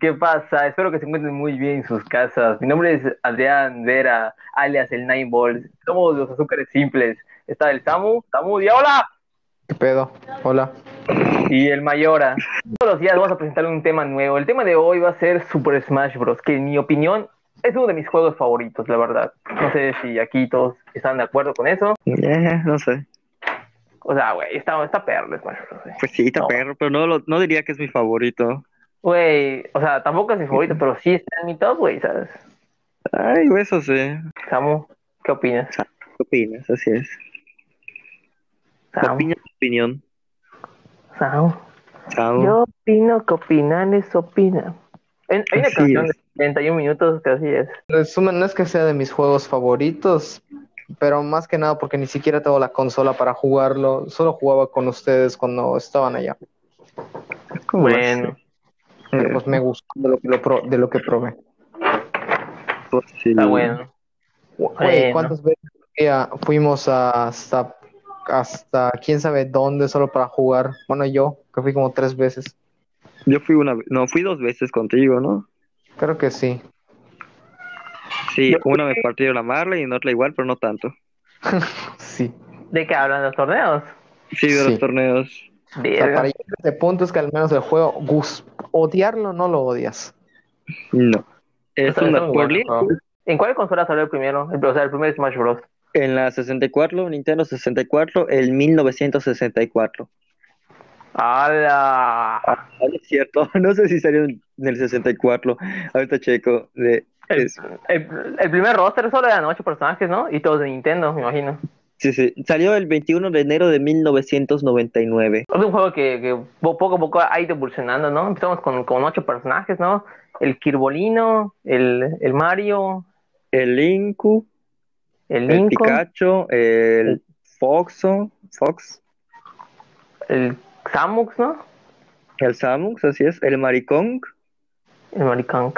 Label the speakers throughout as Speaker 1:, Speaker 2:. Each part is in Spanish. Speaker 1: ¿Qué pasa? Espero que se encuentren muy bien en sus casas. Mi nombre es Adrián Vera, alias el Nine Balls. Somos los azúcares simples. Está el Samu, Samu, y hola.
Speaker 2: ¿Qué pedo? Hola.
Speaker 1: Y el Mayora. Todos los días vamos a presentar un tema nuevo. El tema de hoy va a ser Super Smash Bros. Que en mi opinión es uno de mis juegos favoritos, la verdad. No sé si aquí todos están de acuerdo con eso.
Speaker 3: Eh, no sé.
Speaker 1: O sea, güey, está, está perro Smash Bros. güey.
Speaker 3: Pues sí, está
Speaker 1: No.
Speaker 3: perro, pero no, lo- no diría que es mi favorito.
Speaker 1: Güey, o sea, tampoco es mi favorito, pero sí está en mi top, güey, ¿sabes?
Speaker 3: Ay, güey, eso sí. ¿Qué
Speaker 1: Samu, ¿qué opinas?
Speaker 3: opinas? Así es.
Speaker 1: Samu,
Speaker 3: Opinión, opinión.
Speaker 1: Samu.
Speaker 3: Chao.
Speaker 1: Yo opino que opinanes opinan. En- Hay una
Speaker 3: Así
Speaker 1: canción
Speaker 3: es.
Speaker 1: de 31 minutos que así es.
Speaker 2: Resumen, no es que sea de mis juegos favoritos, pero más que nada porque ni siquiera tengo la consola para jugarlo. Solo jugaba con ustedes cuando estaban allá.
Speaker 3: ¿Cómo
Speaker 1: Bueno,
Speaker 2: Pero pues me gustó de lo que, lo pro- de lo que probé.
Speaker 3: así? Pues sí.
Speaker 1: está bueno.
Speaker 2: Güey,
Speaker 1: Bueno.
Speaker 2: ¿cuántas veces fui a- fuimos a- hasta, hasta quién sabe dónde solo para jugar? Bueno, yo, que fui como tres veces.
Speaker 3: Yo fui una vez, no, fui dos veces contigo, ¿no?
Speaker 2: Creo que sí.
Speaker 3: Sí,
Speaker 1: Yo
Speaker 3: una me partieron la Marley y en otra igual, pero no tanto.
Speaker 2: Sí.
Speaker 1: ¿De qué hablan los torneos?
Speaker 3: Sí, de
Speaker 2: Sí.
Speaker 3: los torneos.
Speaker 2: O sea,
Speaker 1: Verga.
Speaker 2: para llegar a este punto es que al menos el juego, gus- odiarlo no lo odias.
Speaker 3: No. Es
Speaker 1: Está- está
Speaker 3: una
Speaker 1: muy bueno,
Speaker 3: por línea.
Speaker 2: ¿no?
Speaker 1: ¿En cuál consola salió el primero? El- O sea, el primer Smash Bros.
Speaker 3: En la 64, Nintendo 64, el 1964.
Speaker 1: ¡Hala!
Speaker 3: Ah, no es cierto, no sé si salió en el 64. Ahorita checo. De, es-
Speaker 1: El, el primer roster solo eran 8 personajes, ¿no? Y todos de Nintendo, me imagino.
Speaker 3: sí, sí, salió el 21 de enero de 1999.
Speaker 1: Es un juego que, que po- poco a poco ha ido evolucionando, ¿no? Empezamos con, con 8 personajes, ¿no? El Kirbolino, el, el Mario,
Speaker 3: El Linku,
Speaker 1: el
Speaker 3: el
Speaker 1: Lincoln,
Speaker 3: Pikachu, el Foxo, Fox,
Speaker 1: el Samux, ¿no?
Speaker 3: el Samus, así es, el Maricón,
Speaker 1: El maricón.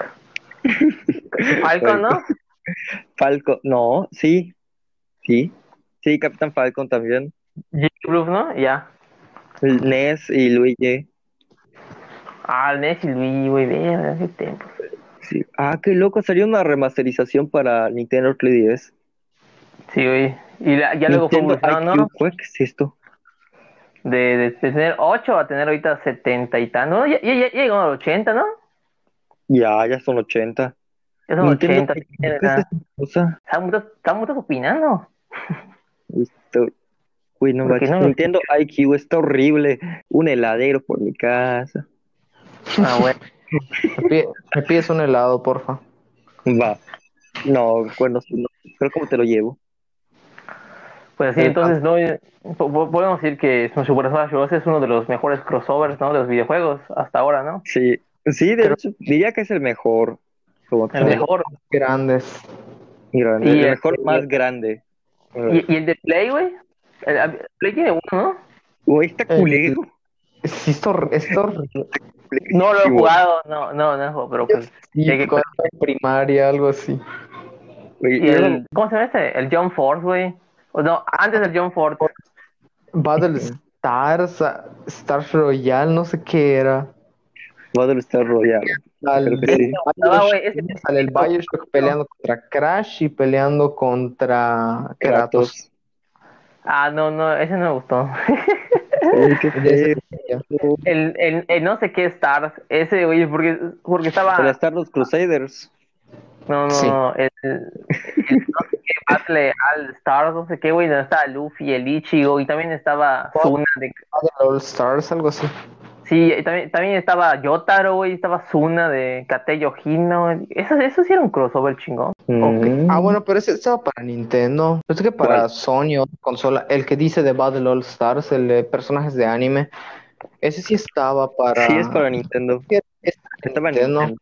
Speaker 1: Falcon, ¿no?
Speaker 3: Falco, no, sí, sí, sí, Capitán Falcon también,
Speaker 1: Jake Bruce, ¿no? Ya.
Speaker 3: el Ness y Luigi.
Speaker 1: Ah, el Messi, Luigi, güey, verga, qué tiempo.
Speaker 3: Sí. Ah, qué loco, salió una remasterización para Nintendo 3DS.
Speaker 1: Sí, güey. Y la- ya luego fue
Speaker 3: Nintendo
Speaker 1: evolucionando,
Speaker 3: IQ,
Speaker 1: ¿no?
Speaker 3: güey, ¿Qué es esto?
Speaker 1: De, de- de tener 8 a tener ahorita 70 y tanto. No, ya, ya, ya llegó a los 80, ¿no?
Speaker 3: Ya, ya son 80.
Speaker 1: Ya son
Speaker 3: Nintendo,
Speaker 1: 80.
Speaker 3: ¿qué es esta cosa?
Speaker 1: Estamos estamos opinando.
Speaker 3: Esto- Uy, no
Speaker 1: ¿Por qué
Speaker 3: manches,
Speaker 1: no?
Speaker 3: Nintendo IQ está horrible. Un heladero por mi casa.
Speaker 1: Ah, güey.
Speaker 2: Me pide- me pides un helado, porfa.
Speaker 3: Va. No, bueno, sí, no. Pero ¿cómo te lo llevo?
Speaker 1: Pues sí,
Speaker 2: Eh,
Speaker 1: entonces no po- po- podemos decir que Smash Super Smash Bros. es uno de los mejores crossovers, ¿no? De los videojuegos hasta ahora, ¿no?
Speaker 3: Sí, sí, de
Speaker 2: Creo-
Speaker 3: hecho, diría que es el mejor. Como que
Speaker 1: El mejor.
Speaker 2: Grandes.
Speaker 3: grande,
Speaker 1: Y
Speaker 3: el
Speaker 1: el-
Speaker 3: mejor más grande. uh,
Speaker 1: ¿Y, y el de Play, güey? El- el Play tiene uno, ¿no?
Speaker 3: Uy, está
Speaker 2: el-
Speaker 3: culero.
Speaker 2: Sí, esto, esto rico,
Speaker 1: No lo he
Speaker 3: Sí, güey.
Speaker 1: jugado, no, no, no, he jugado, pero pues. Llegué con-
Speaker 2: en primaria, algo así.
Speaker 3: Uy,
Speaker 1: y
Speaker 3: yo-
Speaker 1: el- ¿Cómo se llama este? El John Force, güey. O no, antes del John Force.
Speaker 2: Battle Stars, ah, Stars Royale, no sé qué era.
Speaker 3: Model Star Royale.
Speaker 2: Al-
Speaker 3: Creo que sí.
Speaker 1: Ah, güey, ese-
Speaker 2: al- el Bioshock peleando contra Crash y peleando contra Kratos.
Speaker 3: Kratos.
Speaker 1: Ah, no, no, ese no me gustó.
Speaker 3: Uy, qué feo.
Speaker 1: El, el, el no sé qué Stars, ese, güey, porque, porque estaba.
Speaker 3: El Star Wars Crusaders.
Speaker 1: No, no,
Speaker 2: Sí.
Speaker 1: no, el, el no sé qué Battle All Stars, no sé qué, güey, donde estaba Luffy, el Ichigo, y también estaba Suna de.
Speaker 2: Battle Ah, All Stars, algo así.
Speaker 1: Sí, y también, también estaba Yotaro, güey, estaba Suna de Kateyo Hino. Eso, eso sí era un crossover chingón.
Speaker 3: Mm.
Speaker 2: Ah, bueno, pero ese estaba para Nintendo. Pensé que para
Speaker 3: ¿Cuál?
Speaker 2: Sony o otra consola. El que dice de Battle All Stars, el de personajes de anime. Ese sí estaba para.
Speaker 3: Sí, es para Nintendo.
Speaker 2: Es
Speaker 3: Estaba en
Speaker 2: Nintendo.
Speaker 3: Nintendo.
Speaker 1: Ahorita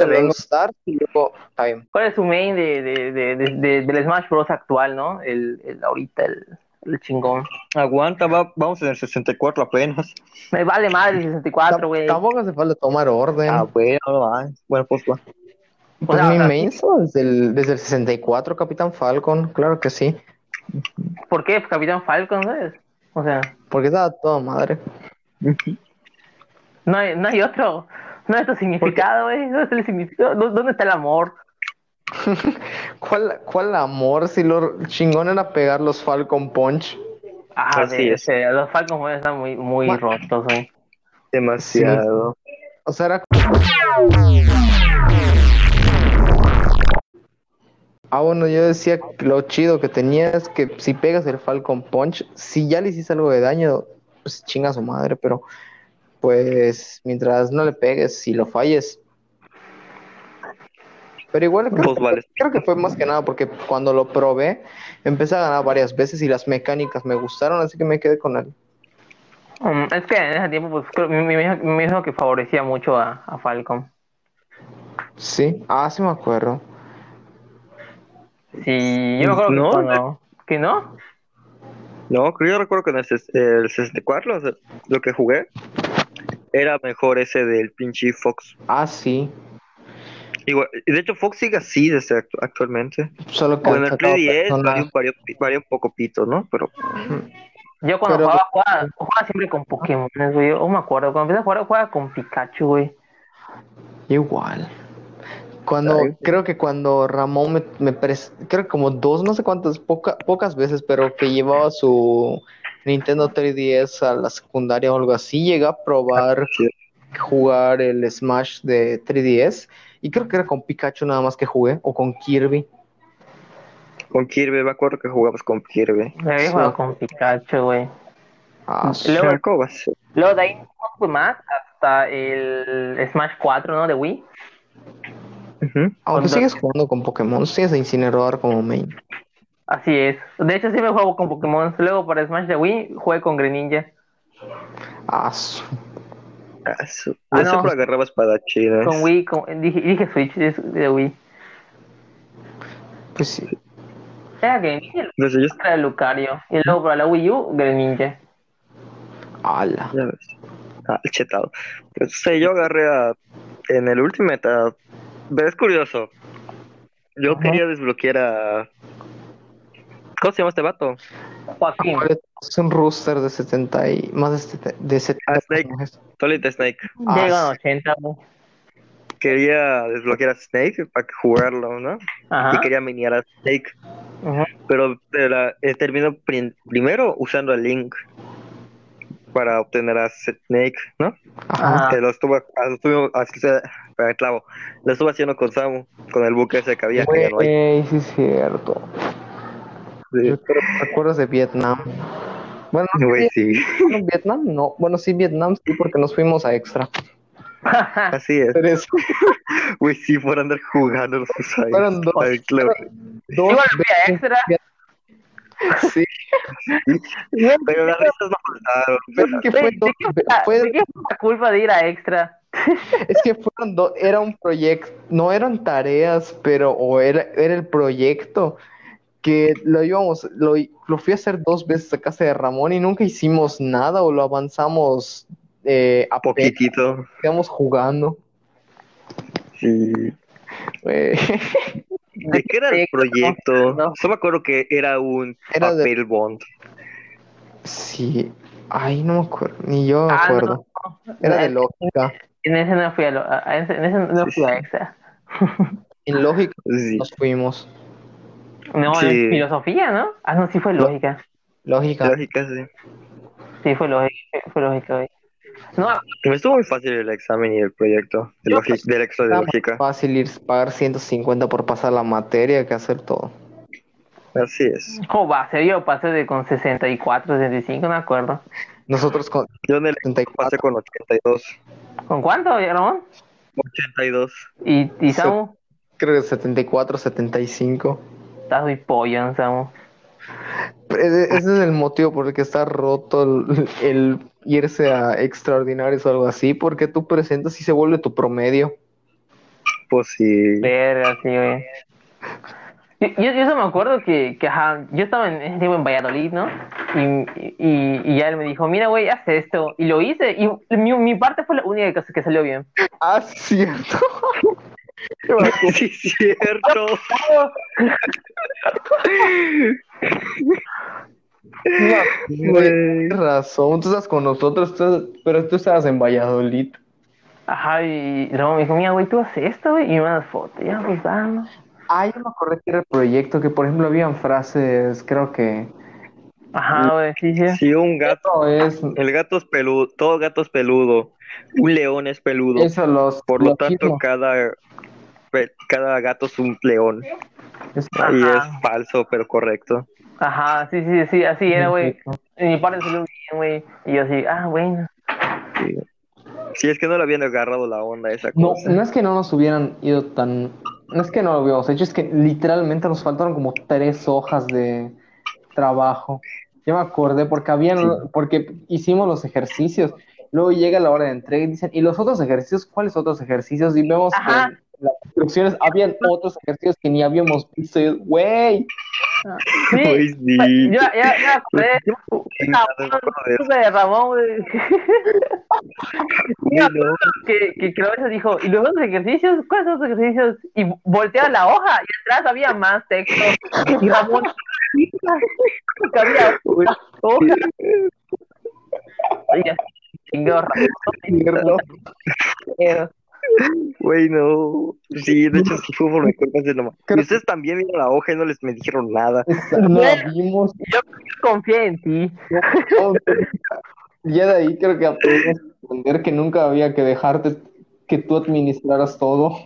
Speaker 2: Battle All
Speaker 1: vengo.
Speaker 2: Stars y luego. Está bien.
Speaker 1: ¿Cuál es su main de, de, de, de- de- del Smash Bros. actual, no? El, el ahorita, el, el chingón.
Speaker 3: Aguanta, va- vamos en el 64 apenas.
Speaker 1: Me vale madre el 64, güey. O
Speaker 2: Tampoco hace falta tomar orden.
Speaker 3: Ah, bueno, no va. Bueno, pues va.
Speaker 2: Pues
Speaker 1: sea,
Speaker 2: mi
Speaker 1: o sea,
Speaker 2: main source desde el, desde el 64, Capitán Falcon, claro que sí.
Speaker 1: ¿por qué Capitán Falcon, sabes? O sea,
Speaker 2: Porque estaba toda madre.
Speaker 1: no hay, no hay otro. No es tu significado, eh. No es el significado. ¿Dó- ¿Dónde está el amor?
Speaker 2: ¿Cuál, cuál amor? Si lo chingón era pegar los Falcon Punch.
Speaker 1: Ah,
Speaker 3: Así
Speaker 1: de-
Speaker 3: es.
Speaker 1: de- los Falcons bueno, están muy, muy
Speaker 2: Ma-
Speaker 1: rotos, eh.
Speaker 3: Demasiado.
Speaker 2: O sea, era. Ah, bueno, yo decía que lo chido que tenía es que si pegas el Falcon Punch, si ya le hiciste algo de daño, pues chinga a su madre, pero pues mientras no le pegues, si lo falles. Pero igual creo,
Speaker 3: Pues vale.
Speaker 2: creo que fue más que nada porque cuando lo probé, empecé a ganar varias veces y las mecánicas me gustaron, así que me quedé con él.
Speaker 1: Um, es que en ese tiempo, pues, creo, me, me, me imagino que favorecía mucho a, a Falcon.
Speaker 2: Sí, ah, sí me acuerdo.
Speaker 1: Sí, yo me acuerdo
Speaker 3: No,
Speaker 1: que cuando- ¿Que no?
Speaker 3: No, creo yo recuerdo que en el, ses- el 64, o sea, lo que jugué, era mejor ese del pinche Fox.
Speaker 2: Ah, sí.
Speaker 3: Igual, y de hecho, Fox sigue así desde actu- actualmente.
Speaker 2: Solo que
Speaker 3: Bueno,
Speaker 2: han
Speaker 3: el Play
Speaker 2: sacado
Speaker 3: 10
Speaker 2: personas-
Speaker 3: varía un, varía un- varía un poco pito, ¿no? Pero
Speaker 1: Yo cuando
Speaker 2: Pero-
Speaker 1: jugaba, jugaba, jugaba siempre con Pokémon, güey. Yo me acuerdo, cuando empecé a jugar, jugaba con Pikachu, güey.
Speaker 2: Igual. Cuando,
Speaker 3: Ay.
Speaker 2: creo que cuando Ramón me, me pres- creo que como dos, no sé cuántas, poca- pocas veces, pero que llevaba su Nintendo 3DS a la secundaria o algo así, llegué a probar
Speaker 3: Ah, Sí.
Speaker 2: jugar el Smash de 3DS y creo que era con Pikachu nada más que jugué, o con Kirby.
Speaker 3: con Kirby, me acuerdo que jugabas con Kirby.
Speaker 1: Me había
Speaker 2: Sí.
Speaker 1: jugado con Pikachu, güey.
Speaker 2: Ah,
Speaker 1: Y luego-
Speaker 3: ¿Cómo va a ser?
Speaker 1: Luego de ahí, no fue más? Hasta el Smash 4, ¿no? De Wii.
Speaker 3: Ujú.
Speaker 2: aunque
Speaker 1: Onda-
Speaker 2: sigues jugando con Pokémon, sigues a Incineroar como main.
Speaker 1: Así es. De hecho, siempre juego con Pokémon. Luego para Smash de Wii, jugué con Greninja.
Speaker 2: Ah, su-
Speaker 3: Ah, su-
Speaker 1: Ah,
Speaker 3: Yo
Speaker 1: no.
Speaker 3: siempre agarraba espadachinas.
Speaker 1: Con Wii, con- dije, dije Switch es de Wii.
Speaker 2: pues sí.
Speaker 1: Era Greninja, el
Speaker 3: Entonces, yo-
Speaker 1: otro era Lucario. Y luego para la Wii U, Greninja.
Speaker 2: Ala.
Speaker 3: Ya ves. Ah, el chetado. Pues, sí, yo agarré a. En el Ultimate. a- Pero es curioso. Yo
Speaker 1: Ajá.
Speaker 3: quería desbloquear a. ¿Cómo se llama este vato?
Speaker 1: Joaquín.
Speaker 2: Es un rooster de 70 y más de 70, de 70
Speaker 3: Ah, Snake.
Speaker 2: personajes.
Speaker 3: Solid Snake.
Speaker 2: Ah,
Speaker 1: Llegan
Speaker 2: sí.
Speaker 1: 80, güey.
Speaker 3: Quería desbloquear a Snake para que jugarlo, ¿no?
Speaker 1: Ajá.
Speaker 3: Y quería miniar a Snake.
Speaker 1: Ujú.
Speaker 3: Pero era- eh, termino prim- primero usando a Link para obtener a Snake, ¿no?
Speaker 2: Ajá.
Speaker 1: Ah.
Speaker 3: Que lo estuve, lo estuve- así se- para el clavo. Lo estuve haciendo con Samu, con el buque ese que había. que ya no hay.
Speaker 1: eh,
Speaker 2: Güey, sí es cierto.
Speaker 3: Sí.
Speaker 2: Yo creo- ¿Te acuerdas de Vietnam? Bueno, no,
Speaker 3: Güey, sí,
Speaker 2: no, Vietnam no. Bueno, sí, Vietnam sí, porque nos fuimos a extra.
Speaker 3: así es.
Speaker 2: Pero es-
Speaker 3: Güey, sí, por andar jugando los usuarios.
Speaker 2: Fueron dos.
Speaker 3: Ay, claro.
Speaker 2: dos
Speaker 1: Igual fui a
Speaker 2: veces-
Speaker 1: extra.
Speaker 2: Sí,
Speaker 3: Pero las risas no faltaron.
Speaker 2: pero es que fue
Speaker 1: Güey,
Speaker 2: dos-
Speaker 1: ¿de qué fue-
Speaker 2: fue-
Speaker 1: Ah, de qué fue la culpa de ir a extra?
Speaker 2: es que fueron dos, era un proyecto, no eran tareas, pero o era, era el proyecto que lo íbamos, lo, lo fui a hacer dos veces a casa de Ramón y nunca hicimos nada o lo avanzamos eh, a poquito,
Speaker 3: Poquitito.
Speaker 2: íbamos jugando.
Speaker 3: Sí.
Speaker 2: Güey.
Speaker 3: ¿De qué era el
Speaker 1: Proyecto,
Speaker 3: proyecto?
Speaker 1: no.
Speaker 3: Yo me acuerdo que era un
Speaker 2: Era de-
Speaker 3: papel bond.
Speaker 2: Sí, ay, no me acuerdo, ni yo me
Speaker 1: Ah, no. eh,
Speaker 2: acuerdo. Era de lógica.
Speaker 1: En ese no fui a, lo- a- a ese- en ese no fui a extra.
Speaker 2: En lógica
Speaker 3: Sí.
Speaker 2: nos fuimos.
Speaker 1: No,
Speaker 3: Sí.
Speaker 1: en filosofía, ¿no? Ah, no, sí fue lógica.
Speaker 2: Lógica.
Speaker 3: Lógica, sí.
Speaker 1: Sí, fue lógica, fue lógica, güey. No,
Speaker 3: Me estuvo muy fácil el examen y el proyecto de
Speaker 2: Yo,
Speaker 3: lógica,
Speaker 2: pues,
Speaker 3: del extra de
Speaker 2: Era más
Speaker 3: lógica.
Speaker 2: fácil ir a pagar 150 por pasar la materia que hacer todo.
Speaker 3: Así es.
Speaker 1: ¿cómo va a ser? Yo pasé de con 64, 65, no me acuerdo.
Speaker 2: Nosotros con
Speaker 3: Yo en el
Speaker 2: 74.
Speaker 3: pasé con 82.
Speaker 1: ¿Con cuánto, Ramón?
Speaker 3: 82.
Speaker 1: ¿Y, y Samu?
Speaker 2: Creo que 74, 75.
Speaker 1: Estás muy pollo, ¿no, Samu.
Speaker 2: Pero Ese ese es el motivo por el que está roto el, el irse a extraordinarios o algo así, porque tú presentas y se vuelve tu promedio.
Speaker 3: Pues sí.
Speaker 1: Verga, sí, güey. Yo, yo, yo solo me acuerdo que, que ajá, yo estaba en, ese tiempo en Valladolid, ¿no? Y, y, y ya él me dijo, mira, güey, haz esto. Y lo hice. Y mi, mi parte fue la única que, que salió bien.
Speaker 2: Ah, sí, cierto. pues,
Speaker 3: Sí, es cierto.
Speaker 2: Tienes razón, tú estás con nosotros, tú- pero tú estabas en Valladolid.
Speaker 1: Ajá, y luego me dijo, mira, güey, tú haces esto, güey, y me mandas foto. Ya, pues vamos.
Speaker 2: Ah, yo me acordé que era el proyecto, que por ejemplo habían frases, creo que...
Speaker 1: Ajá, güey, sí, sí.
Speaker 3: Si un gato,
Speaker 2: Eso es...
Speaker 3: el gato es peludo, todo gato es peludo, un león es peludo,
Speaker 2: Eso los...
Speaker 3: por lo
Speaker 2: los
Speaker 3: tanto
Speaker 2: mismos.
Speaker 3: cada, pe- cada gato es un león
Speaker 2: Eso-
Speaker 3: y
Speaker 1: Ajá.
Speaker 3: es falso pero correcto.
Speaker 1: Ajá, sí, sí, sí, así era, güey. En mi parte salió bien, güey. Y yo así, ah, bueno.
Speaker 3: Sí. Si es que no le habían agarrado la onda a esa
Speaker 2: No,
Speaker 3: cosa.
Speaker 2: no es que no nos hubieran ido tan... No es que no lo hubiéramos hecho, es que literalmente nos faltaron como tres hojas de trabajo. Yo me acordé porque habían, porque hicimos los ejercicios. Luego llega la hora de entrega y dicen, ¿y los otros ejercicios? ¿Cuáles otros ejercicios? Y vemos que
Speaker 1: Ajá.
Speaker 2: en las instrucciones habían otros ejercicios que ni habíamos visto. Y yo, güey,
Speaker 1: Sí, Pues,
Speaker 3: Pues sí.
Speaker 1: yo ya, ya, me acordé. Cosa de Ramón, güey.
Speaker 3: Uy, no.
Speaker 1: que, que, que a veces dijo, ¿y los otros ejercicios? ¿Cuáles son los ejercicios? Y voltea la hoja y atrás había más texto. Y Ramón, porque había una hoja. Y así, chingado Ramón.
Speaker 2: mierda.
Speaker 1: pero-
Speaker 3: Güey, no. Sí, de hecho sí fue por mi culpa ese nomás.
Speaker 2: Creo-
Speaker 3: Y ustedes también vieron la hoja y no les me dijeron nada.
Speaker 2: Esa- no la vimos.
Speaker 1: Confié en ti.
Speaker 2: no. Ya de ahí creo que aprendí a entender que nunca había que dejarte que tú administraras todo.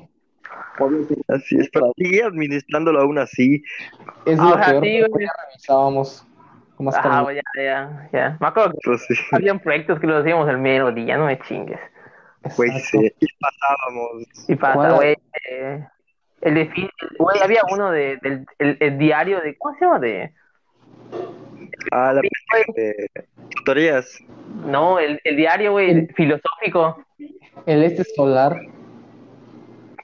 Speaker 3: Así es, pero seguí administrándolo aún así.
Speaker 2: Es
Speaker 1: Ah,
Speaker 2: lo
Speaker 1: o sea,
Speaker 2: peor
Speaker 1: sí,
Speaker 2: porque
Speaker 1: güey.
Speaker 2: ya revisábamos como hasta
Speaker 1: Ah,
Speaker 2: la-
Speaker 1: güey, ya, ya, ya. Me acuerdo que
Speaker 3: Pero pues, sí.
Speaker 1: habían proyectos que los hacíamos el mero día, no me chingues. pues
Speaker 3: Güey,
Speaker 2: Exacto.
Speaker 3: sí. Y pasábamos.
Speaker 1: Y pasa,
Speaker 2: ¿Cuál?
Speaker 1: güey. eh, el de fin, güey, había uno de, del el, el diario de, ¿cómo se llama? De,
Speaker 3: Ah, la de tutorías.
Speaker 1: no, el, el diario, güey, filosófico.
Speaker 2: El este solar,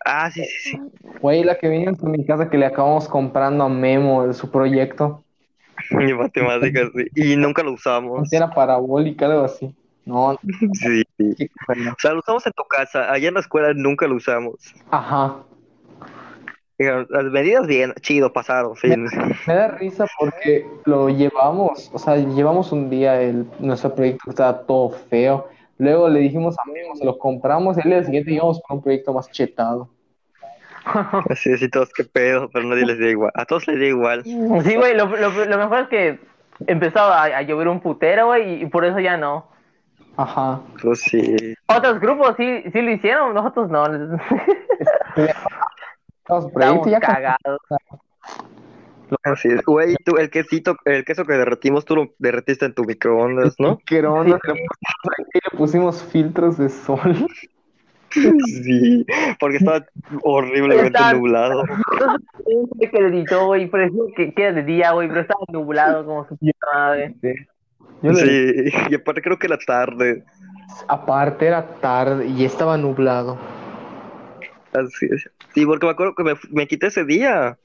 Speaker 3: Ah, sí, sí, sí.
Speaker 2: güey, la que vino a mi casa que le acabamos comprando a Memo de su proyecto.
Speaker 3: Y matemáticas. sí. Y nunca lo usamos.
Speaker 2: Antes era parabólica, algo así. No,
Speaker 3: Sí.
Speaker 2: qué coño.
Speaker 3: O sea, lo usamos en tu casa. Allá en la escuela nunca lo usamos.
Speaker 2: Ajá.
Speaker 3: Dijeron, Las medidas bien, chido, pasaron. Fin.
Speaker 2: Me da risa porque lo llevamos, o sea, llevamos un día el, nuestro proyecto que estaba todo feo. Luego le dijimos a Memo, se lo compramos, y al día siguiente íbamos con un proyecto más chetado.
Speaker 3: Así es, y todos, qué pedo, pero nadie les da igual. A todos les da igual.
Speaker 1: Sí, güey, lo, lo, lo mejor es que empezaba a, a llover un putero, güey, y por eso ya no.
Speaker 2: Ajá.
Speaker 3: Pues sí.
Speaker 1: Otros grupos sí, sí lo hicieron, nosotros no.
Speaker 2: Los
Speaker 1: Estábamos
Speaker 2: proyectos ya
Speaker 1: cagados.
Speaker 3: Así es. Güey, tú, el quesito, el queso que derretimos, tú lo derretiste en tu microondas, ¿no?
Speaker 2: microondas, le pusimos aquí, le pusimos filtros de sol.
Speaker 3: Sí, porque estaba horriblemente
Speaker 1: Está-
Speaker 3: nublado.
Speaker 1: que lo editó, güey, parecía que, que era de día, güey, pero estaba nublado como su puta madre.
Speaker 2: Yo le-
Speaker 3: Sí, y aparte creo que la tarde.
Speaker 2: Aparte era tarde y estaba nublado.
Speaker 3: Así es. Sí, porque me acuerdo que me, me quité ese día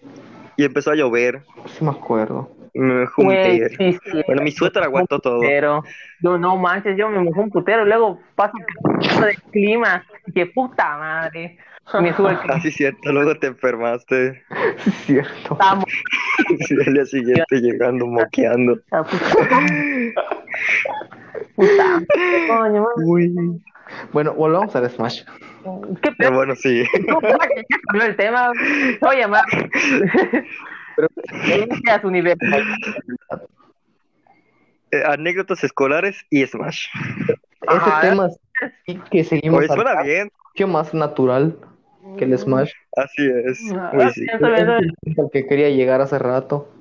Speaker 3: y empezó a llover.
Speaker 2: Sí me acuerdo.
Speaker 3: Me
Speaker 1: Güey,
Speaker 3: junté.
Speaker 1: sí, sí.
Speaker 3: Bueno, mi suéter aguantó todo.
Speaker 1: Pero, no, no manches, yo me mojé un putero, luego pasa el clima, que puta madre. Me sube el clima,
Speaker 3: Así es Ah, cierto, luego te enfermaste.
Speaker 2: Sí, es cierto.
Speaker 1: estaba
Speaker 3: Sí, al día siguiente llegando moqueando.
Speaker 1: mojada, Ah, puta. Puta. Coño, madre.
Speaker 3: Uy.
Speaker 2: Bueno, volvamos al Smash.
Speaker 1: ¿Qué
Speaker 3: Pero
Speaker 1: pedo?
Speaker 3: bueno, sí.
Speaker 1: No, ya que ya cambió el tema. Oye, más. a su nivel.
Speaker 3: Eh, anécdotas escolares y Smash.
Speaker 1: Ajá.
Speaker 2: Este tema sí que seguimos
Speaker 3: Oye, suena
Speaker 2: acá,
Speaker 3: bien.
Speaker 2: mucho más natural que el Smash.
Speaker 3: Así es.
Speaker 1: Ah,
Speaker 3: Uy, sí.
Speaker 1: Eso, eso.
Speaker 2: Es el que quería llegar hace rato.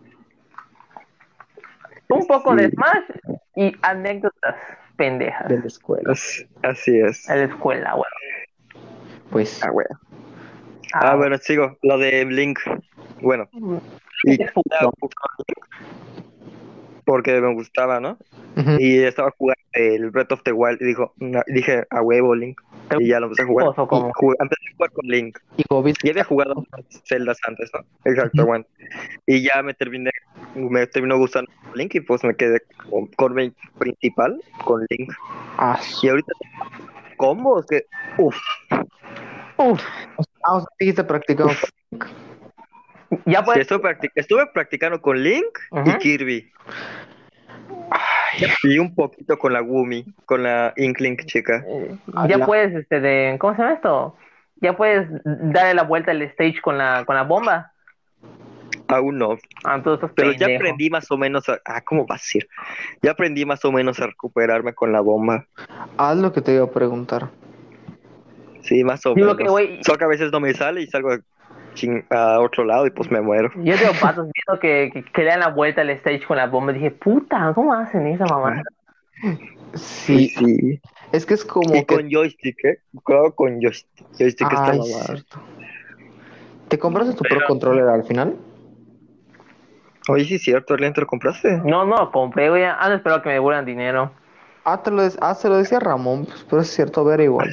Speaker 1: Un poco de
Speaker 3: Sí.
Speaker 1: Smash y anécdotas pendejas
Speaker 2: De la escuela.
Speaker 3: Así, así es.
Speaker 1: a la escuela, güey.
Speaker 2: Pues,
Speaker 3: Ah, güey. Ah, bueno, sigo. Lo de Blink. Bueno. Y,
Speaker 1: Qué puto.
Speaker 3: porque me gustaba, ¿no?
Speaker 2: ujú.
Speaker 3: Y estaba jugando el Breath of the Wild y dijo, no, y dije, a huevo Link. Y ya lo empecé a jugar.
Speaker 1: Oso, ¿cómo?
Speaker 3: Y jugué- empecé a jugar con Link.
Speaker 2: y Gobis,
Speaker 3: Ya había jugado otras celdas antes, ¿no? Exacto, bueno. Y ya me terminé, me terminó gustando Link y pues me quedé con, con mi principal, con Link.
Speaker 2: ah, su-
Speaker 3: Y ahorita combos que, uff,
Speaker 2: ah, o sea, seguiste practicando.
Speaker 1: Ya
Speaker 3: Sí,
Speaker 1: pues.
Speaker 3: estuve, practic- estuve practicando con Link
Speaker 1: Ajá.
Speaker 3: y Kirby. Y un poquito con la Gumi, con la Inkling chica.
Speaker 1: Eh,
Speaker 2: Ala.
Speaker 1: ya puedes, este, de, ¿cómo se llama esto? Ya puedes darle la vuelta al stage con la, con la bomba.
Speaker 3: Aún no,
Speaker 1: Ah, entonces estás
Speaker 3: pero ya
Speaker 1: pendejo.
Speaker 3: aprendí más o menos a... Ah, ¿cómo va a ser? Ya aprendí más o menos a recuperarme con la bomba.
Speaker 2: Haz lo que te iba a preguntar.
Speaker 3: Sí, más o
Speaker 1: Sí,
Speaker 3: menos.
Speaker 1: lo que, güey-
Speaker 3: Solo que a veces no me sale y salgo chin- a otro lado y pues me muero.
Speaker 1: Yo tengo patos viendo que, que, que le dan la vuelta al stage con la bomba. Dije, puta, ¿cómo hacen esa mamá?
Speaker 2: Sí,
Speaker 3: sí.
Speaker 2: es que es como
Speaker 3: Y
Speaker 2: que...
Speaker 3: con joystick, ¿eh? Cuidado con joystick. Joystick está
Speaker 2: Ay,
Speaker 3: mamada.
Speaker 2: cierto. ¿Te compraste tu
Speaker 1: Pero-
Speaker 2: Pro Controller al final?
Speaker 3: Oye, sí es cierto, Erlen, ¿te lo compraste?
Speaker 1: No, no lo compré, güey. Han esperado que me devuelvan dinero.
Speaker 2: Ah, te lo des- ah, se lo decía Ramón, pues, pero es cierto, a ver igual.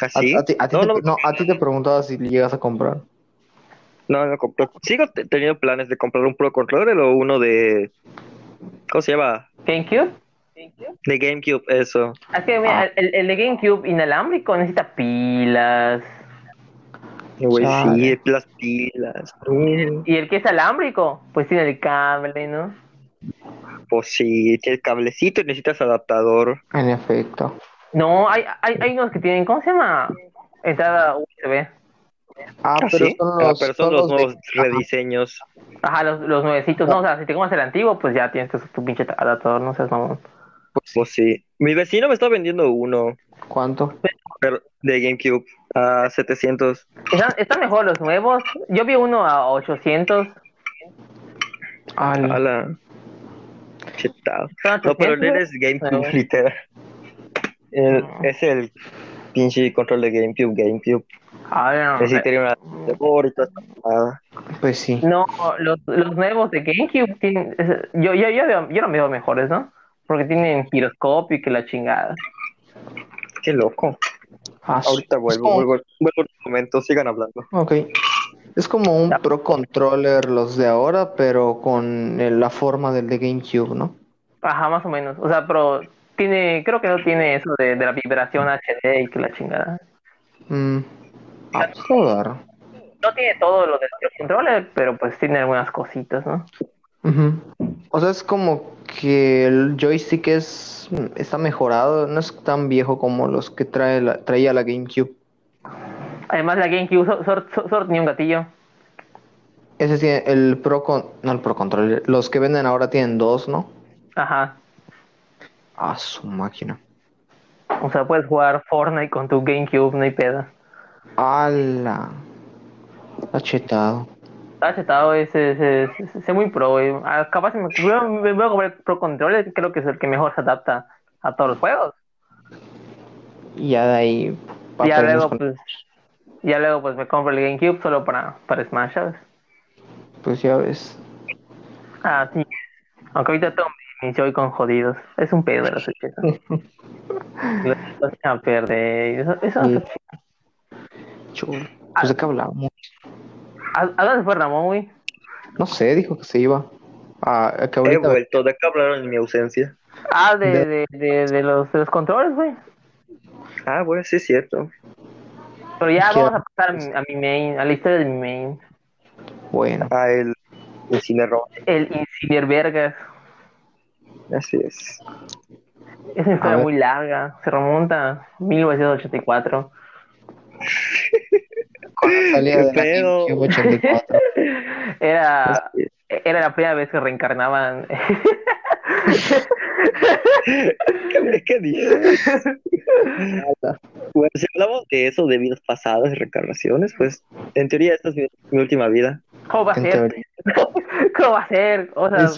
Speaker 2: A,
Speaker 3: ¿Así?
Speaker 2: a ti, a ti
Speaker 3: ¿Ah, no,
Speaker 2: te,
Speaker 3: no,
Speaker 2: no, a ti te preguntaba si llegas a comprar.
Speaker 3: no, no compré. Sigo te- teniendo planes de comprar un Pro Controller o uno de... ¿Cómo se llama?
Speaker 1: ¿GameCube? ¿GameCube?
Speaker 3: De GameCube, eso.
Speaker 1: Es que, mira,
Speaker 2: Ah.
Speaker 1: el, el de GameCube inalámbrico necesita pilas.
Speaker 3: Güey, sí,
Speaker 2: Chale.
Speaker 3: las pilas. Mm,
Speaker 1: Y el que es alámbrico, pues tiene el cable, ¿no?
Speaker 3: Pues sí, tiene cablecito y necesitas adaptador.
Speaker 2: En efecto.
Speaker 1: No, hay, hay, hay unos que tienen, ¿cómo se llama? Entrada USB.
Speaker 2: Ah,
Speaker 3: Ah,
Speaker 2: pero
Speaker 3: sí.
Speaker 2: son
Speaker 3: Ah,
Speaker 2: los,
Speaker 3: pero
Speaker 2: son
Speaker 3: son los
Speaker 2: los de-
Speaker 3: nuevos rediseños.
Speaker 1: Ajá, los, los nuevecitos, no, o sea, si te comas el antiguo, pues ya tienes tu, tu pinche adaptador, no seas mamón.
Speaker 3: Pues sí. Mi vecino me está vendiendo uno
Speaker 2: ¿Cuánto?
Speaker 3: pero de GameCube a 700.
Speaker 1: Están, están mejor los nuevos. Yo vi uno a 800.
Speaker 2: Al-
Speaker 3: Ala. Chetado.
Speaker 1: Están a
Speaker 3: No, pero
Speaker 1: 300.
Speaker 3: el de él es GameCube,
Speaker 1: Ah.
Speaker 3: literal. El-
Speaker 1: Ah.
Speaker 3: es el pinche control de GameCube, GameCube.
Speaker 1: Ay,
Speaker 2: Ah,
Speaker 1: no,
Speaker 3: Ese sí tenía una adaptador y toda esta mamada.
Speaker 2: Pues sí.
Speaker 1: No, los, los nuevos de GameCube tienen. es- Yo, yo, yo, veo- yo no veo mejores, ¿no? Porque tienen giroscopio y que la chingada.
Speaker 3: Qué loco.
Speaker 2: Ah, sí.
Speaker 3: Ahorita
Speaker 2: Es
Speaker 3: vuelvo,
Speaker 2: como-
Speaker 3: vuelvo, vuelvo en un momento, sigan hablando.
Speaker 2: Ok. Es como un
Speaker 1: Ya.
Speaker 2: Pro Controller los de ahora, pero con eh, la forma del de GameCube, ¿no?
Speaker 1: Ajá, más o menos. O sea, pero tiene. Creo que no tiene eso de, de la vibración HD y que la chingada.
Speaker 2: Mm. Ah, joder.
Speaker 1: No tiene todo lo del controller, pero pues tiene algunas cositas, ¿no?
Speaker 2: Ujú. O sea, es como que el joystick es está mejorado, no es tan viejo como los que trae la, traía la GameCube.
Speaker 1: Además, la GameCube solo sor, sor- sor tenía un gatillo.
Speaker 2: Ese tiene el Pro Con, no el Pro Controller, los que venden ahora tienen dos, ¿no?
Speaker 1: Ajá.
Speaker 2: Ah, su máquina.
Speaker 1: O sea, puedes jugar Fortnite con tu GameCube, no hay pedo.
Speaker 2: ¡Hala! Está chetado.
Speaker 1: Está chetado, es, es, es- es- es muy pro, güey. Ah, Capaz me, voy a- me voy a comprar el Pro Controller, creo que es el que mejor se adapta a todos los juegos.
Speaker 2: Y ya de ahí
Speaker 1: Y ya
Speaker 2: aprendes
Speaker 1: luego,
Speaker 2: con-
Speaker 1: pues, ya luego, pues, me compro el GameCube solo para, para Smash, ¿sabes?
Speaker 2: pues ya ves.
Speaker 1: Ah, sí. Aunque ahorita tengo mis Joy-Con jodidos. Es un pedo de la Switch. eso. Los los echan a perder. Eso, eso no
Speaker 2: Sí.
Speaker 1: se puede.
Speaker 2: Chulo. Pues de qué hablamos.
Speaker 1: ¿A, a dónde fue Ramón, güey?
Speaker 2: No sé, dijo que se iba. Ah, que
Speaker 3: He
Speaker 2: ahorita.
Speaker 3: vuelto, ¿de qué hablaron en mi ausencia?
Speaker 1: Ah, de, de, de, de los, de los controles, güey.
Speaker 3: Ah, bueno, sí es cierto.
Speaker 1: Pero ya
Speaker 2: Quiero-
Speaker 1: vamos a pasar a mi, a mi main, a la historia de mi main.
Speaker 2: Bueno.
Speaker 3: Ah, el, el cine rojo.
Speaker 1: El Inciner Vergas.
Speaker 3: Así es.
Speaker 1: Es una historia
Speaker 2: ver.
Speaker 1: muy larga, se remonta a 1984.
Speaker 2: Salía de la
Speaker 3: Pero-
Speaker 2: GameCube 84. Ah,
Speaker 1: Era, era la primera vez que reencarnaban.
Speaker 3: ¿Qué, qué dices? Bueno, si hablamos de eso, de vidas pasadas y reencarnaciones, pues en teoría esta es mi, mi última vida.
Speaker 1: ¿Cómo va a
Speaker 2: En
Speaker 1: ser?
Speaker 2: teoría.
Speaker 1: ¿Cómo va a ser? O sea,
Speaker 2: Es-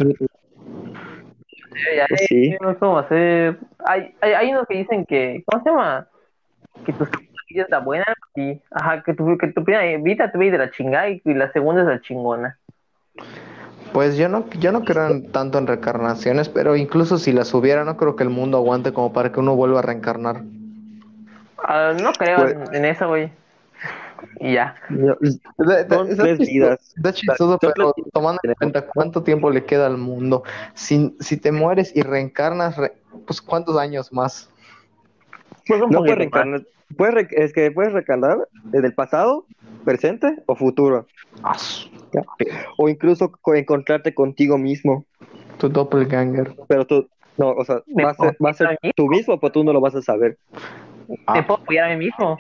Speaker 1: ya
Speaker 3: Pues
Speaker 1: sé,
Speaker 3: sí.
Speaker 1: no ¿cómo va a ser? Hay, hay, hay unos que dicen que, ¿cómo se llama? Que tu vida es la buena. Sí. Ajá, que tu, que tu primera vida te ve de la chingada y la segunda es la chingona.
Speaker 2: Pues yo no, yo no creo en- tanto en reencarnaciones, pero incluso si las hubiera, no creo que el mundo aguante como para que uno vuelva a reencarnar.
Speaker 1: Ah, no creo
Speaker 3: Pues-
Speaker 1: en- en eso, güey. Y ya.
Speaker 3: Son
Speaker 2: Está
Speaker 3: tres
Speaker 2: chistoso-
Speaker 3: vidas.
Speaker 2: está chistoso,
Speaker 3: Son
Speaker 2: pero
Speaker 3: tres vidas.
Speaker 2: tomando en cuenta cuánto tiempo le queda al mundo. Si, si te mueres y reencarnas, re- pues cuántos años más.
Speaker 1: Pues un poquito
Speaker 3: No puedes
Speaker 1: más.
Speaker 3: reencarnar. Puedes re- es que puedes reencarnar desde el pasado, presente o futuro.
Speaker 2: Ah, su-
Speaker 3: O incluso co- encontrarte contigo mismo.
Speaker 2: Tu doppelganger.
Speaker 3: Pero tú, No, o sea,
Speaker 1: Me
Speaker 3: va a ser, va a ser
Speaker 1: puedo-
Speaker 3: tú mismo, pero tú no lo vas a saber.
Speaker 1: ¿Te
Speaker 2: Ah,
Speaker 1: puedo follar a mí mismo?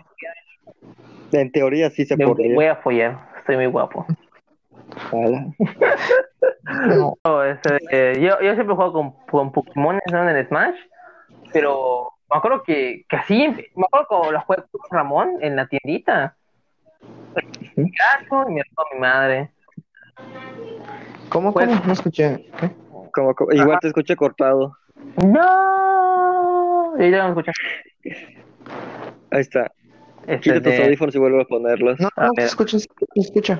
Speaker 3: En teoría sí se
Speaker 1: Me
Speaker 3: podría.
Speaker 1: voy a follar. Estoy muy guapo.
Speaker 3: Ala.
Speaker 2: no.
Speaker 1: No, este, eh, yo, yo siempre juego con, con Pokémon ¿no? en el Smash, pero me acuerdo que, que así, empe- me acuerdo cuando la jugué con Ramón en la tiendita. Mi gato y me robó mi madre.
Speaker 2: ¿Cómo,
Speaker 1: Pues-
Speaker 2: cómo? No escuché. ¿Qué?
Speaker 3: Como- como- igual te escuché cortado.
Speaker 1: ¡No! Y ahí ya me escuchan.
Speaker 3: Ahí está.
Speaker 1: Este,
Speaker 3: Quita tus
Speaker 1: de-
Speaker 3: audífonos y vuelve a ponerlos.
Speaker 2: No,
Speaker 1: A
Speaker 2: no,
Speaker 1: ver.
Speaker 2: te escucho, sí, te escucha.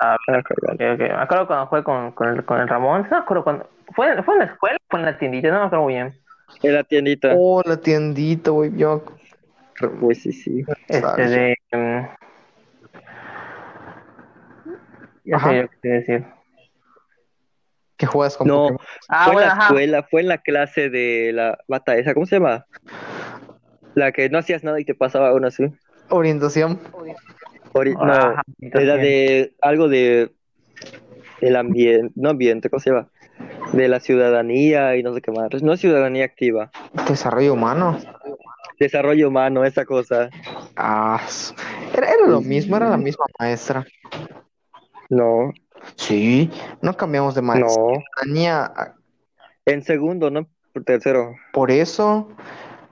Speaker 3: Ah, cabrón.
Speaker 1: ok, ok. Me acuerdo cuando jugué con, con, el- con el Ramón, no me acuerdo cuando. ¿Fue, ¿Fue en la escuela o fue en la tiendita? No me acuerdo muy bien.
Speaker 3: En la
Speaker 1: Ah.
Speaker 3: tiendita.
Speaker 2: Oh, la tiendita, güey. Yo.
Speaker 3: Pues sí, sí.
Speaker 1: Este
Speaker 2: ¿sabes?
Speaker 1: de. mm, Ya
Speaker 2: Ajá.
Speaker 1: sé yo qué te iba a decir.
Speaker 2: Que juegas con
Speaker 3: No,
Speaker 2: Pokémon.
Speaker 1: Ah,
Speaker 3: fue en
Speaker 1: bueno,
Speaker 3: la
Speaker 1: ajá.
Speaker 3: escuela, fue en la clase de la bata esa, ¿cómo se llama? La que no hacías nada y te pasaba aún así.
Speaker 2: Orientación.
Speaker 3: Ori- no,
Speaker 1: Ajá,
Speaker 3: era de algo de el ambiente, no ambiente, ¿cómo se llama? De la ciudadanía y no sé qué más. No ciudadanía activa,
Speaker 2: Desarrollo humano.
Speaker 3: desarrollo humano, esa cosa.
Speaker 2: Ah, su- era, era lo mismo, era la misma maestra.
Speaker 3: No,
Speaker 2: Sí, no cambiamos de maestra.
Speaker 3: no.
Speaker 2: Ciudadanía,
Speaker 3: En segundo, no, tercero.
Speaker 2: Por eso,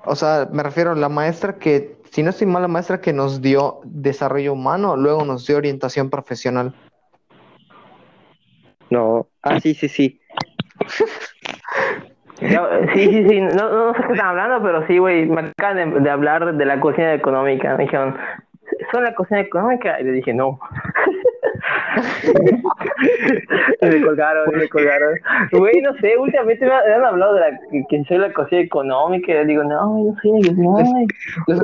Speaker 2: o sea, me refiero a la maestra que, si no estoy mal, la maestra que nos dio desarrollo humano, luego nos dio orientación profesional.
Speaker 3: No. Ah, sí, sí, sí.
Speaker 1: Ya, eh, Sí, sí, sí, no, no sé qué están hablando, pero sí, güey, me acaban de, de hablar de la cocina económica. Me dijeron, ¿son la cocina económica? Y le dije, no. Y me colgaron, me colgaron. Güey, no sé, últimamente me han hablado de la, que- que soy la cocina económica. Y yo digo, no, güey, no soy ni no, güey.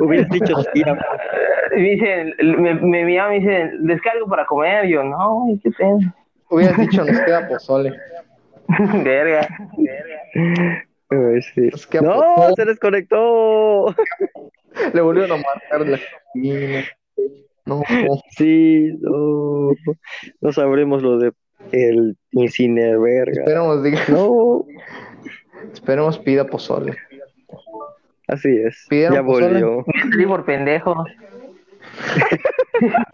Speaker 3: Hubieras dicho sí. am-
Speaker 1: Y me dicen, me, me miran, me dicen, ¿les algo para comer? Y yo, no, güey, qué pena.
Speaker 2: Hubieras dicho, nos queda pozole.
Speaker 1: Verga, verga.
Speaker 3: Ay, sí.
Speaker 2: Es que
Speaker 3: No,
Speaker 2: apuntó.
Speaker 3: se desconectó.
Speaker 2: Le volvieron a marcar la cabina. No,
Speaker 3: Sí, no. No sabremos lo de el incine verga.
Speaker 2: esperemos, diga,
Speaker 3: No,
Speaker 2: esperemos pida pozole.
Speaker 3: así es.
Speaker 2: Pidieron
Speaker 3: ya
Speaker 2: pozole.
Speaker 3: volvió.
Speaker 1: Sí, por pendejo.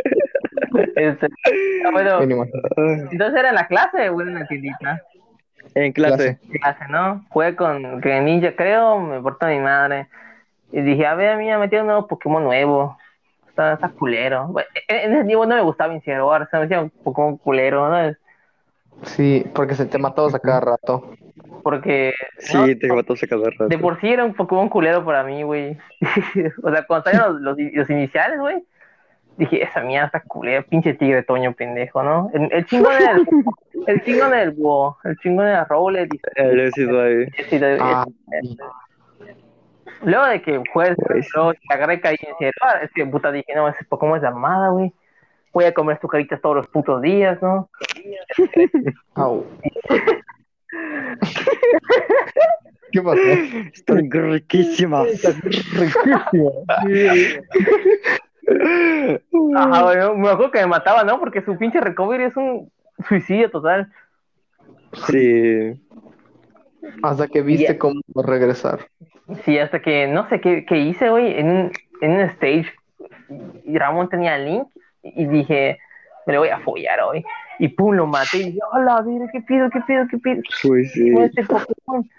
Speaker 1: Este, ah, bueno,
Speaker 2: Mínimo.
Speaker 3: Ay,
Speaker 1: entonces era en la clase o era en la tiendita.
Speaker 3: En clase.
Speaker 1: Clase, ¿no? Jugué con Gran Ninja, creo, me portó mi madre. Y dije, a ver, a mí me metieron un nuevo Pokémon nuevo. Está, está culero. Bueno, En en ese tiempo no me gustaba Incineroar, o sea, me decía un Pokémon culero, ¿no?
Speaker 2: Sí, porque se te matabas a cada rato.
Speaker 1: Porque
Speaker 3: Sí,
Speaker 1: ¿no?
Speaker 3: te mató a cada rato.
Speaker 1: de por sí era un Pokémon culero para mí, güey. o sea, cuando salieron los, los- los iniciales, güey, dije, esa mierda está culera, pinche tigre toño pendejo, ¿no? El, el chingón era el, el chingón era el Wo, el chingón era Rowlet y-
Speaker 3: Eh, yo he sido ahí.
Speaker 1: y- y-
Speaker 2: Ah,
Speaker 1: Luego de que juegues,
Speaker 3: Pues.
Speaker 1: luego la greca y dice, "Ah, es que puta dije, no, ese Pokémon es de armada, güey. Voy a comer sus caritas todos los putos días, ¿no?
Speaker 2: au. ¿Qué pasó?
Speaker 3: Están riquísimas.
Speaker 1: Ajá, güey, ¿no? me acuerdo que me mataba, ¿no? Porque su pinche recovery es un suicidio total.
Speaker 3: Sí.
Speaker 2: Hasta que viste
Speaker 1: Ya.
Speaker 2: cómo regresar.
Speaker 1: Sí, hasta que no sé qué, qué hice, güey, en, un- en un stage. Y Ramón tenía el link y dije, me lo voy a follar hoy. Y pum, lo maté. Y dije, hola, mira, ¿qué pido, qué pido, qué pido?
Speaker 3: Pues sí.
Speaker 1: Fue este Pokémon.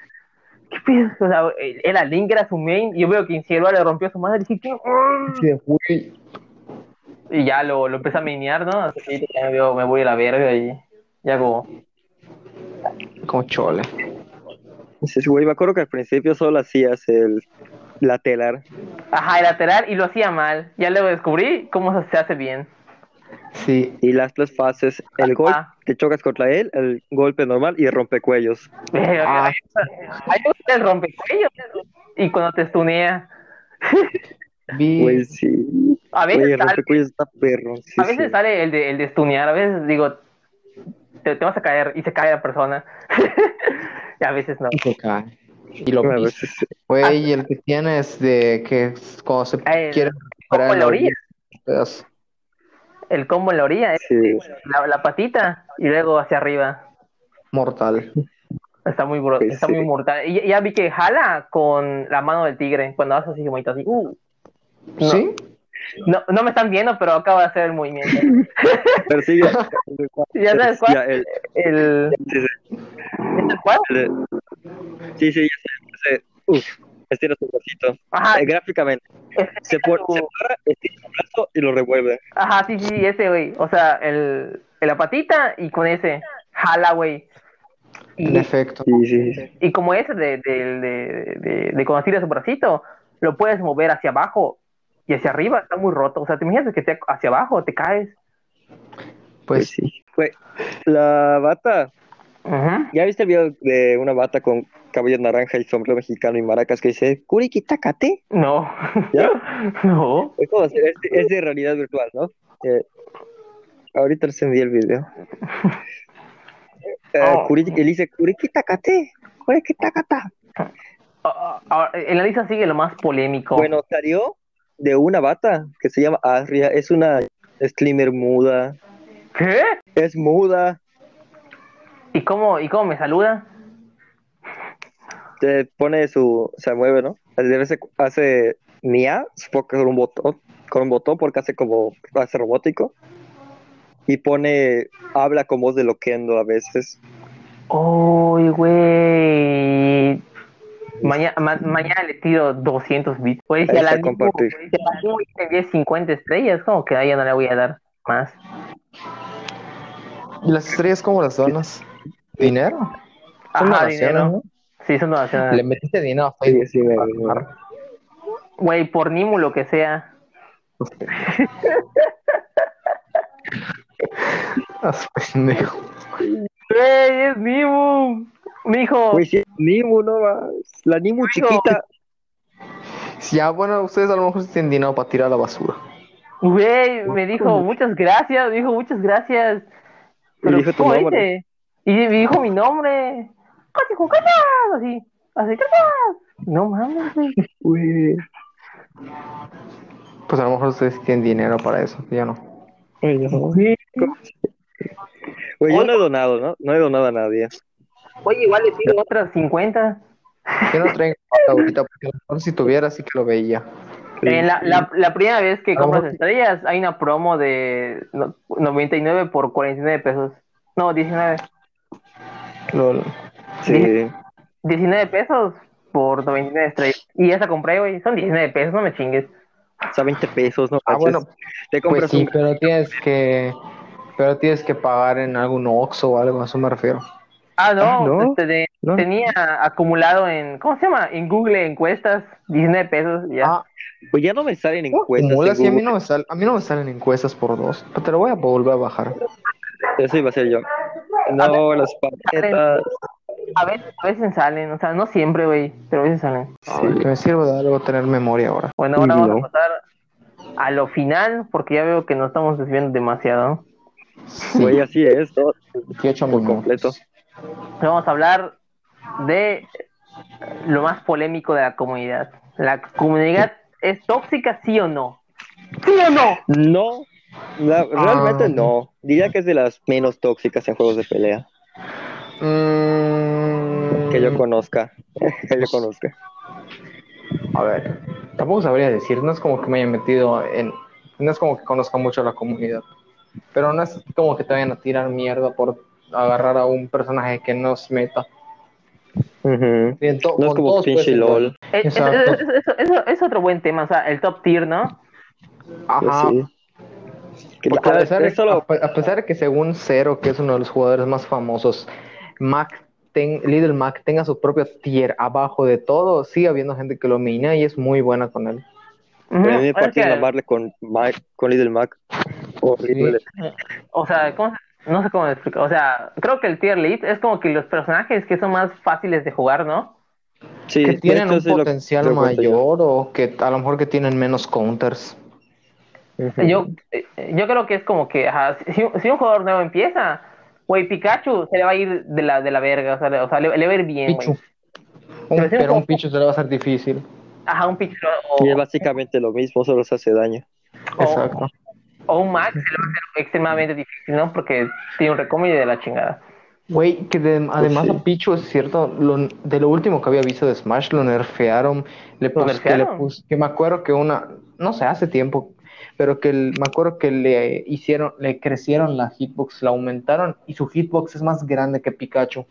Speaker 1: ¿Qué pedo? O sea, eh, era Link, era su main. y Yo veo que Incielva le rompió a su madre. Dije, ¿qué?
Speaker 2: Sí, güey.
Speaker 1: Y ya lo, lo empecé a minear, ¿no? Así que ya me, veo- me voy a la verga y ya como.
Speaker 2: Como chole.
Speaker 3: Dices, güey, me acuerdo que al principio solo hacías el la telar.
Speaker 1: Ajá, el lateral y lo hacía mal. Ya luego descubrí cómo se se hace bien.
Speaker 2: Sí.
Speaker 3: Y las tres fases, el golpe,
Speaker 1: Ah.
Speaker 3: te chocas contra él, el golpe normal y rompecuellos.
Speaker 1: Verga,
Speaker 2: Ah.
Speaker 1: Ahí está el rompecuellos. Y cuando te estunea. Pues,
Speaker 2: Vi.
Speaker 3: Güey, sí.
Speaker 1: A
Speaker 3: Güey,
Speaker 1: veces,
Speaker 3: el
Speaker 1: sale,
Speaker 3: rompecuellos está perro. sí,
Speaker 1: a veces
Speaker 3: sí.
Speaker 1: sale el de, el de estunear. A veces digo, te, te vas a caer y se cae la persona. y a veces no.
Speaker 2: Y se cae. Y lo
Speaker 3: A
Speaker 2: pisa.
Speaker 3: veces sí.
Speaker 2: Güey, y el que tienes de que es cuando se
Speaker 1: ah. El-
Speaker 2: quiere
Speaker 1: Como
Speaker 2: recuperar
Speaker 1: en la orilla.
Speaker 2: pedazo.
Speaker 1: El combo en la orilla, ¿eh?
Speaker 3: Sí.
Speaker 1: la, la patita y luego hacia arriba.
Speaker 2: mortal.
Speaker 1: Está muy, bro-
Speaker 3: Pues
Speaker 1: está muy
Speaker 3: sí.
Speaker 1: mortal. Y ya vi que jala con la mano del tigre cuando hace así, bonito, así. uh. No,
Speaker 2: ¿Sí?
Speaker 1: No, no me están viendo, pero acaba de hacer el movimiento.
Speaker 3: Pero sigue.
Speaker 1: ¿Ya sabes cuál?
Speaker 3: Ya, el-
Speaker 1: El...
Speaker 3: sí, sí.
Speaker 1: ¿Es el cual?
Speaker 3: Eh, Sí, sí, ya sé. ya sé. Uf, estira su bracito.
Speaker 1: Ajá,
Speaker 3: Eh, gráficamente,
Speaker 1: ese-
Speaker 3: se, por- se para, estira su brazo y lo revuelve.
Speaker 1: ajá, sí, sí, ese, güey. O sea, el, el la patita y con ese jala, güey.
Speaker 2: En
Speaker 1: Y,
Speaker 2: efecto.
Speaker 3: Sí, sí, sí.
Speaker 1: y como ese de, de, de, de, de cuando tira su bracito, lo puedes mover hacia abajo y hacia arriba. Está muy roto. O sea, te imaginas que esté hacia abajo, te caes.
Speaker 2: Pues sí.
Speaker 3: sí. Güey, la bata.
Speaker 1: Ajá.
Speaker 3: ¿Ya viste el video de una bata con cabello naranja y sombrero mexicano y maracas que dice Curiquitácate?
Speaker 1: No.
Speaker 3: ¿Ya?
Speaker 1: No.
Speaker 3: Es como hacer- es, es de realidad virtual, ¿no? Eh, ahorita les envié el video. Eh,
Speaker 1: Oh.
Speaker 3: curi- él dice Curiquitácate. Curiquitacata.
Speaker 1: Ah, ah, En la lista sigue lo más polémico.
Speaker 3: Bueno, salió de una bata que se llama Arria. Es una streamer muda.
Speaker 1: ¿Qué?
Speaker 3: Es muda.
Speaker 1: ¿Y cómo, ¿Y cómo me saluda?
Speaker 3: te pone su, se mueve, ¿no? Al día se- hace mía, supongo que con un botón, con un botón porque hace como, hace robótico. Y pone, habla con voz de loquendo a veces.
Speaker 1: ¡Uy, güey! Maña- ma- mañana le tiro 200 bits. Güey, si
Speaker 3: Ahí
Speaker 1: a la
Speaker 3: está,
Speaker 1: Miku
Speaker 3: compartir.
Speaker 1: si a la Miku le di 50 estrellas, como que a ella no le voy a dar más.
Speaker 2: Las estrellas, ¿cómo las donas? Dinero. Son
Speaker 1: Ajá,
Speaker 2: donaciones,
Speaker 1: dinero.
Speaker 2: ¿no?
Speaker 1: Sí, son donaciones.
Speaker 2: Le metiste dinero a
Speaker 3: Sí,
Speaker 2: Facebook.
Speaker 3: sí, me-
Speaker 1: Güey, por Nimu lo que sea.
Speaker 2: Ah, pendejo.
Speaker 1: ¡Güey, es Nimu! Me dijo,
Speaker 3: Güey, sí, Nimu, no más. La Nimu chiquita.
Speaker 2: Si ya, bueno, ustedes a lo mejor sí tienen dinero para tirar a la basura.
Speaker 1: güey, me dijo, muchas gracias, me dijo, muchas gracias. Pero,
Speaker 3: dijo tu
Speaker 1: ¿cómo
Speaker 3: nombre.
Speaker 1: dice? Y me dijo mi nombre. ¡Casi, casi! Así, así, ¡cachas! No mames, güey.
Speaker 3: Güey,
Speaker 2: Pues a lo mejor ustedes tienen dinero para eso. Yo no.
Speaker 3: Güey, no. Güey, yo no he donado, ¿no? No he donado a nadie.
Speaker 1: Oye, igual le pido otras 50.
Speaker 2: Yo no traigo plata ahorita porque a lo mejor si tuviera sí que lo veía.
Speaker 1: Eh, la, la, la primera vez que
Speaker 3: Ah,
Speaker 2: A lo
Speaker 1: compras
Speaker 2: mejor-
Speaker 1: estrellas, hay una promo de no- 99 por 49 pesos. No, 19.
Speaker 2: Lol.
Speaker 3: Sí.
Speaker 1: 19 pesos por 99 estrellas. Y esa compré, güey. Son 19 pesos, no me chingues.
Speaker 3: O sea, 20 pesos, ¿no?
Speaker 2: Ah, bueno,
Speaker 3: Te compras
Speaker 2: Pues sí,
Speaker 3: un
Speaker 2: pero tienes que pero tienes que pagar en algún Oxxo o algo, a eso me refiero.
Speaker 1: Ah, no.
Speaker 3: Ah, no,
Speaker 1: este de-
Speaker 3: no.
Speaker 1: Tenía acumulado en, ¿cómo se llama? En Google encuestas, 19 pesos. y Ya.
Speaker 2: Ah,
Speaker 3: Pues ya no me salen encuestas. en
Speaker 2: acumulas y Oh, a mí
Speaker 3: Google.
Speaker 2: no me sal- a mí no me salen encuestas por dos, pero te lo voy a volver a bajar.
Speaker 3: Eso iba a ser yo. No, las paletas.
Speaker 1: A veces, a veces salen, o sea, no siempre, güey, pero a veces salen.
Speaker 2: Ay, Que me sirve de algo tener memoria ahora.
Speaker 1: Bueno, ahora
Speaker 3: Sí,
Speaker 1: vamos a
Speaker 3: no.
Speaker 1: pasar a lo final, porque ya veo que nos estamos desviando demasiado.
Speaker 3: Güey, así es, todo
Speaker 2: 18
Speaker 3: por
Speaker 2: minutos.
Speaker 3: completo.
Speaker 1: Vamos a hablar de lo más polémico de la comunidad. ¿La comunidad es tóxica, sí o no? ¡Sí o no!
Speaker 3: No, la- realmente
Speaker 2: Ah.
Speaker 3: no. Diría que es de las menos tóxicas en juegos de pelea
Speaker 2: Mm,
Speaker 3: que yo conozca. Que yo conozca.
Speaker 2: A ver, tampoco sabría decir, no es como que me haya metido en, no es como que conozca mucho a la comunidad, pero no es como que te vayan a tirar mierda por agarrar a un personaje que no se meta.
Speaker 3: Ujú.
Speaker 2: Y en to-
Speaker 3: No es como
Speaker 2: con pues, todos puedes
Speaker 3: pinche
Speaker 2: ser
Speaker 3: LOL.
Speaker 1: Es, es-
Speaker 2: Exacto.
Speaker 1: es- es- es- es otro buen tema, o sea, el top tier, ¿no?
Speaker 3: Pues
Speaker 2: Ajá. Pues
Speaker 3: sí. Que
Speaker 2: Porque a,
Speaker 3: claro,
Speaker 2: pesar de,
Speaker 3: es solo
Speaker 2: a pe- a pesar de que según Zero, que es uno de los jugadores más famosos, Mac ten- Little Mac tenga su propio tier abajo de todo, sigue habiendo gente que lo mina y es muy buena con él.
Speaker 1: Ujú,
Speaker 3: a mí me
Speaker 1: es
Speaker 3: partí
Speaker 1: que,
Speaker 3: la madre con, Mike- con Little Mac. Horrible.
Speaker 1: o sea, ¿cómo se- no sé cómo explicar. O sea, creo que el tier lead es como que los personajes que son más fáciles de jugar, ¿no?
Speaker 3: Sí,
Speaker 2: que
Speaker 3: de
Speaker 2: tienen
Speaker 3: hecho,
Speaker 2: un
Speaker 3: sí lo-
Speaker 2: potencial
Speaker 3: lo cuento yo.
Speaker 2: mayor o que a lo mejor que tienen menos counters.
Speaker 3: Ujú.
Speaker 1: Yo, eh, yo creo que es como que, ajá, si, si un jugador nuevo empieza, güey, Pikachu se le va a ir de la, de la verga, o sea, le, o sea, le- le va a ir bien, güey.
Speaker 2: Pichu. Un-
Speaker 1: Pero sí,
Speaker 2: pero
Speaker 1: un
Speaker 2: un Pichu se le va a hacer difícil.
Speaker 1: Ajá, un Pikachu
Speaker 3: Y es
Speaker 1: o,
Speaker 3: básicamente lo mismo, solo se hace daño.
Speaker 1: Oh.
Speaker 2: Exacto.
Speaker 1: o un Max se le va a hacer extremadamente difícil, ¿no? Porque tiene un recombio de la chingada.
Speaker 2: Güey, que
Speaker 3: Pues
Speaker 2: de- además a Pichu, es cierto, lo- de lo último que había visto de Smash, lo nerfearon, le
Speaker 1: ¿Lo
Speaker 2: pus- que le
Speaker 1: nerfearon?
Speaker 2: pus- que me acuerdo que una, no sé, hace tiempo, pero que el- me acuerdo que le hicieron, le crecieron la hitbox, la aumentaron y su hitbox es más grande que Pikachu.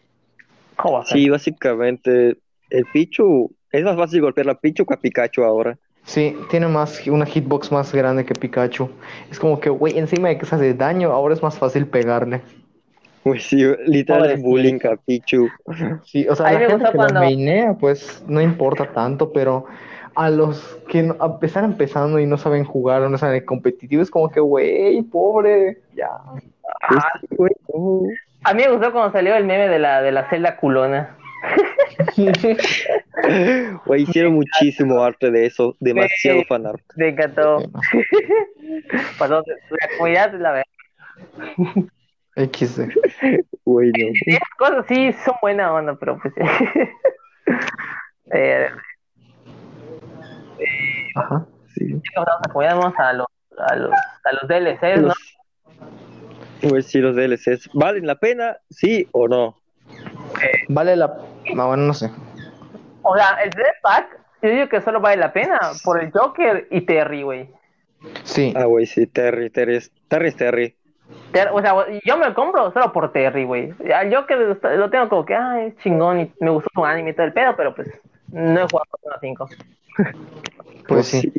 Speaker 1: ¿Cómo va a ser?
Speaker 3: Sí, básicamente el Pichu es más fácil golpear a Pichu que a Pikachu ahora.
Speaker 2: Sí, tiene más, una hitbox más grande que Pikachu. Es como que, güey, encima de que se hace daño, ahora es más fácil pegarle.
Speaker 3: Güey, sí, literal
Speaker 1: Pobre
Speaker 3: es bullying a Pichu.
Speaker 2: Sí, o sea,
Speaker 1: A mí
Speaker 2: la
Speaker 1: me
Speaker 2: gente
Speaker 1: gusta
Speaker 2: que lo
Speaker 1: cuando-
Speaker 2: mainea, pues no importa tanto, pero a los que no, a- están empezando y no saben jugar o no saben el competitivo, es como que, güey, pobre, ya.
Speaker 1: Ah,
Speaker 3: Güey, no.
Speaker 1: a mí me gustó cuando salió el meme de la, de la celda culona.
Speaker 3: Güey, hicieron muchísimo arte de eso, demasiado fanart.
Speaker 1: Me encantó. Pasó, pues, la comunidad es la verdad.
Speaker 2: XD.
Speaker 3: Güey, no.
Speaker 1: Esas cosas sí son buena onda, pero pues. eh,
Speaker 2: Ajá.
Speaker 3: Sí.
Speaker 1: acomodamos a los, a los, a los DLCs, ¿no?
Speaker 3: Los- Güey, sí, los DLCs. ¿Valen la pena? ¿Sí o no?
Speaker 2: Vale la. Ah, bueno, no sé.
Speaker 1: O sea, el Dread Pack, yo digo que solo vale la pena por el Joker y Terry, güey.
Speaker 2: Sí.
Speaker 3: Ah, güey, sí, Terry, Terry es, Terry es Terry.
Speaker 1: Ter- o sea, yo me lo compro solo por Terry, güey. Al Joker lo tengo como que, ah, es chingón y me gustó su anime y todo el pedo, pero pues no he jugado Persona 5.
Speaker 2: Pues
Speaker 3: Oh,
Speaker 2: sí.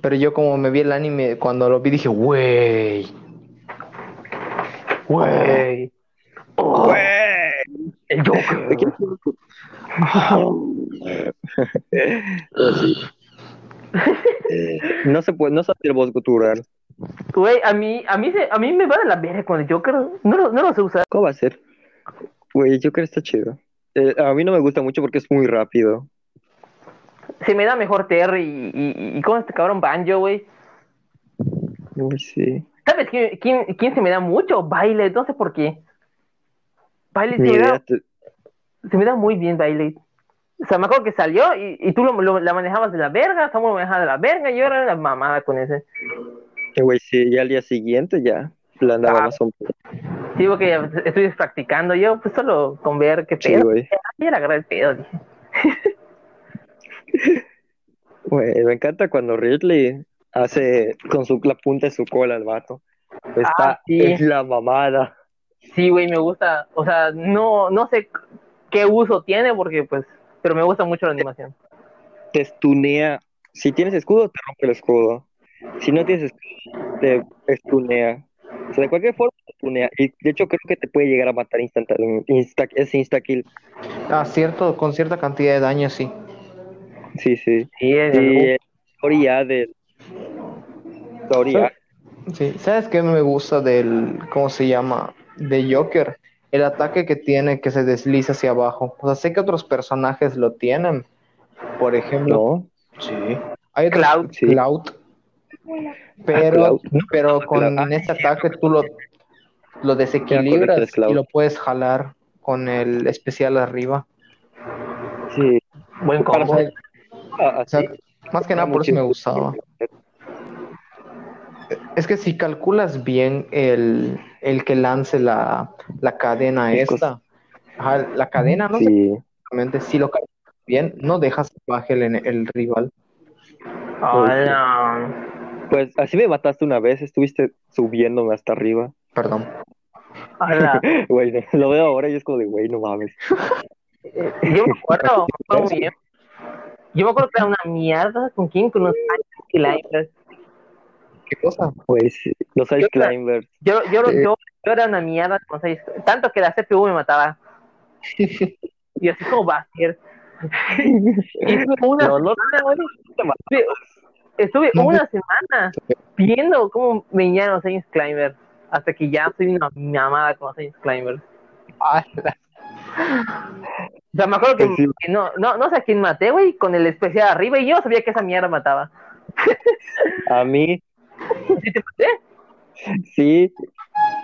Speaker 2: Pero yo, como me vi el anime, cuando lo vi, dije, güey. Güey.
Speaker 1: Güey.
Speaker 3: Güey.
Speaker 1: El Joker.
Speaker 3: Así. Eh, no se puede, no sabe el voz gutural.
Speaker 1: Güey, a mí, a, mí se- a mí me va de la verga con el Joker. No, lo- no lo sé usar.
Speaker 3: ¿Cómo va a ser? Güey, yo creo que está chido. Eh, a mí no me gusta mucho porque es muy rápido.
Speaker 1: Se me da mejor Terry y, y, y con este cabrón Banjo, güey.
Speaker 3: Güey, sí.
Speaker 1: ¿Sabes quién, quién, quién se me da mucho? Baile, no sé por qué. Baile se
Speaker 3: Ni
Speaker 1: me,
Speaker 3: idea.
Speaker 1: da, se me da muy bien, Baile. O sea, me acuerdo que salió y, y tú lo- lo- la manejabas de la verga, Samuel lo manejaba de la verga y yo era una mamada con ese.
Speaker 3: Eh, Güey, sí, ya al día siguiente ya la andaba
Speaker 1: Ah.
Speaker 3: más o menos.
Speaker 1: Sí, porque ya estoy practicando yo, pues solo con ver qué
Speaker 3: Sí,
Speaker 1: pedo.
Speaker 3: güey.
Speaker 1: Y era agarrar el pedo, dije.
Speaker 3: Güey, me encanta cuando Ridley hace con su, la punta de su cola al vato. Está,
Speaker 1: Ah, sí.
Speaker 3: es la mamada.
Speaker 1: Sí, güey, me gusta. O sea, no, no sé qué uso tiene porque, pues, pero me gusta mucho la animación.
Speaker 3: Te estunea. Si tienes escudo, te rompe el escudo. Si no tienes escudo, te estunea. O sea, de cualquier forma, te estunea. Y de hecho, creo que te puede llegar a matar instantáneamente. Insta, es insta-kill.
Speaker 2: Ah, cierto, con cierta cantidad de daño, sí.
Speaker 3: Sí, sí.
Speaker 1: Sí, es-
Speaker 3: Y eh, Oria de. Oria.
Speaker 2: Sí, ¿sabes qué me gusta del, ¿cómo se llama? De Joker, el ataque que tiene que se desliza hacia abajo. O sea, sé que otros personajes lo tienen. Por ejemplo,
Speaker 3: No.
Speaker 2: sí. Hay otros-
Speaker 1: Cloud,
Speaker 3: sí. Ah,
Speaker 2: Cloud. Pero,
Speaker 3: Cloud.
Speaker 2: pero con
Speaker 3: Cloud.
Speaker 2: este ataque tú lo, lo desequilibras
Speaker 3: Ya, correcto, es Cloud.
Speaker 2: y lo puedes jalar con el especial arriba.
Speaker 3: Sí.
Speaker 1: buen
Speaker 3: Para
Speaker 1: combo.
Speaker 3: hacer- ah,
Speaker 2: O sea,
Speaker 3: así.
Speaker 2: más que nada por eso me gustaba. Es que si calculas bien el, el que lance la, la cadena
Speaker 3: Es
Speaker 2: esta, ajá, la cadena, no sé
Speaker 3: Sí.
Speaker 2: exactamente, si lo calculas bien, no dejas que baje el, el rival.
Speaker 1: uh, Hola.
Speaker 3: Pues así me mataste una vez, estuviste subiéndome hasta arriba.
Speaker 2: Perdón.
Speaker 1: Hola.
Speaker 3: Güey, no, lo veo ahora y es como de, güey, no mames.
Speaker 1: Eh, Yo me acuerdo, me acuerdo muy bien. Yo me acuerdo que era una mierda con quién, con los Ice Climbers.
Speaker 2: ¿Qué cosa?
Speaker 3: Güey, sí, Pues, los Ice Climbers.
Speaker 1: Yo, yo,
Speaker 2: Sí.
Speaker 1: yo, yo era una mierda con seis, tanto que la CPU me mataba. Y así como va a ser. Y fue una
Speaker 3: No, no,
Speaker 1: semana, güey. Estuve- Estuve
Speaker 2: No,
Speaker 1: una semana viendo cómo venían los Saints Climbers. Hasta que ya soy una mamada con los Saints Climbers. O sea, me acuerdo que,
Speaker 3: Pues sí.
Speaker 1: que no, no, no sé a quién maté, güey, con el especial arriba y yo sabía que esa mierda mataba.
Speaker 3: A mí,
Speaker 1: ¿Sí te maté?
Speaker 3: sí.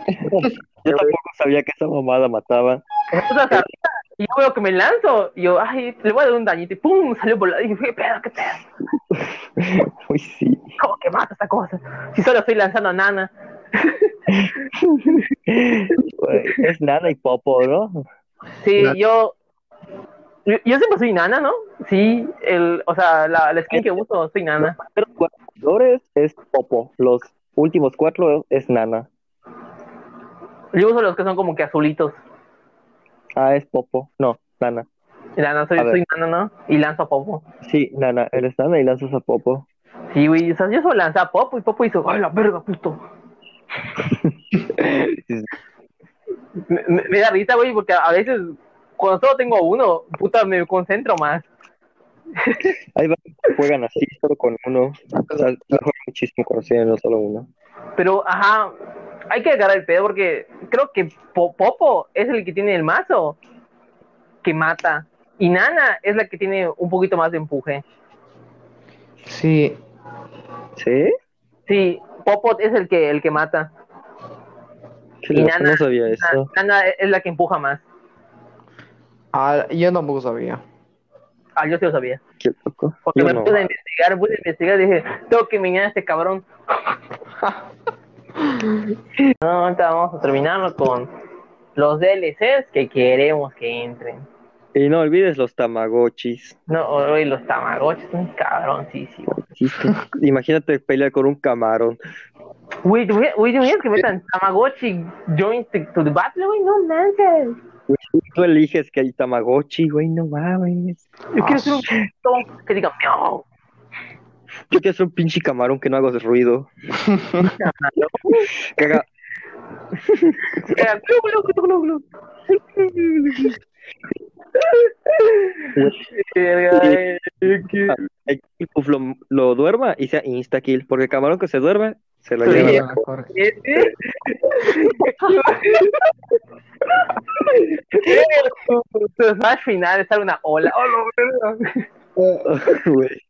Speaker 3: Yo tampoco sabía que esa mamada mataba.
Speaker 1: O sea, hasta y yo veo que me lanzo y yo, ay, le voy a dar un dañito y pum, salió por la... Y dije, ¿qué pedo, qué pedo?
Speaker 3: Güey, sí.
Speaker 1: ¿Cómo que mata esta cosa? Si solo estoy lanzando a Nana.
Speaker 3: Güey, es nada y popo, ¿no?
Speaker 1: Sí,
Speaker 2: No.
Speaker 1: yo, yo. yo siempre soy nana, ¿no? Sí, el, o sea, la, la skin que uso, soy nana.
Speaker 3: Pero cuatro colores es popo. Los últimos cuatro es nana.
Speaker 1: Yo uso los que son como que azulitos.
Speaker 3: Ah, es popo. No, nana.
Speaker 1: Nana, soy,
Speaker 3: A ver.
Speaker 1: soy nana, ¿no? Y lanzo a Popo.
Speaker 3: Sí, nana. Eres nana y lanzas a popo.
Speaker 1: Sí, güey, o sea, yo solo lancé a Popo y Popo hizo, ¡ay, la verga, puto! Me, me- me da risa, güey, porque a veces cuando solo tengo uno, puta, me concentro más.
Speaker 3: Hay varios que juegan así, solo con uno. O sea, lo juegan muchísimo con sí, no solo uno.
Speaker 1: Pero, ajá, hay que agarrar el pedo porque creo que Po- Popo es el que tiene el mazo que mata. Y Nana es la que tiene un poquito más de empuje.
Speaker 2: Sí,
Speaker 3: ¿Sí?
Speaker 1: Sí, Popo es el que, el que mata.
Speaker 3: Qué
Speaker 1: Y
Speaker 3: loco,
Speaker 1: nana.
Speaker 3: no sabía eso.
Speaker 1: Nana es la que empuja más.
Speaker 2: Ah, yo tampoco sabía.
Speaker 1: Ah, yo sí lo sabía.
Speaker 3: Qué loco.
Speaker 1: Porque
Speaker 3: Yo
Speaker 1: me
Speaker 3: no.
Speaker 1: puse a investigar, puse a investigar y dije, tengo que minar a este cabrón. no, ahorita vamos a terminarlo con los DLCs que queremos que entren.
Speaker 3: Y no olvides los tamagotchis.
Speaker 1: No, hoy los tamagotchis son cabroncísimos.
Speaker 3: Imagínate pelear con un camarón.
Speaker 1: Uy, ¿te imaginas- uy, ¿te imaginas que metan Tamagotchi Join to to the Battle, güey? No manches.
Speaker 3: Tú eliges que hay tamagotchi, güey, no mames.
Speaker 1: Yo quiero hacer un tonto que diga, miau.
Speaker 3: Yo quiero ser un pinche camarón que no hagas ruido. Que haga-
Speaker 1: Que haga, glu, glu, glu, glu, glu. Verga, eh, que-
Speaker 3: el Killpuff lo, lo duerma y sea insta-kill. Porque el camarón que se duerme, se lo
Speaker 1: Sí.
Speaker 3: lleva.
Speaker 2: Ah, corre.
Speaker 1: Este. Tu smash final es una ola. Oh, la verga.
Speaker 3: Güey.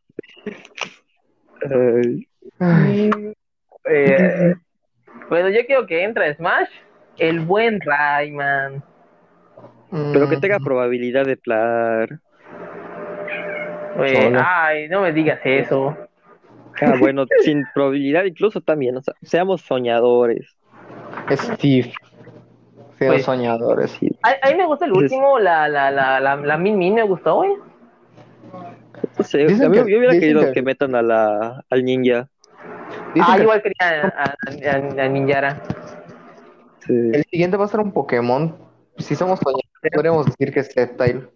Speaker 3: Ay,
Speaker 2: Ay,
Speaker 1: Eh, bueno, yo quiero que entra a Smash el buen Rayman.
Speaker 3: pero que
Speaker 2: mm,
Speaker 3: tenga probabilidad de plan.
Speaker 1: Eh,
Speaker 3: Hola.
Speaker 1: ay, no me digas eso.
Speaker 3: Ah, bueno, sin probabilidad incluso también. O sea, seamos soñadores.
Speaker 2: Steve. Sí,
Speaker 1: Oye.
Speaker 2: los soñadores.
Speaker 3: Sí.
Speaker 1: A, a mí me gusta el último, la, la, la, la, la Min Min me gustó, güey.
Speaker 3: No sé,
Speaker 2: Dicen
Speaker 3: a mí-
Speaker 2: que-
Speaker 3: yo hubiera
Speaker 2: dicen
Speaker 3: querido
Speaker 2: que-
Speaker 3: que metan a la, al ninja.
Speaker 2: Dicen
Speaker 1: Ah,
Speaker 2: que
Speaker 1: igual quería a, a, a- a Ninjara.
Speaker 3: Sí.
Speaker 2: el siguiente va a ser un Pokémon. Si somos soñadores, podríamos decir que es Reptile.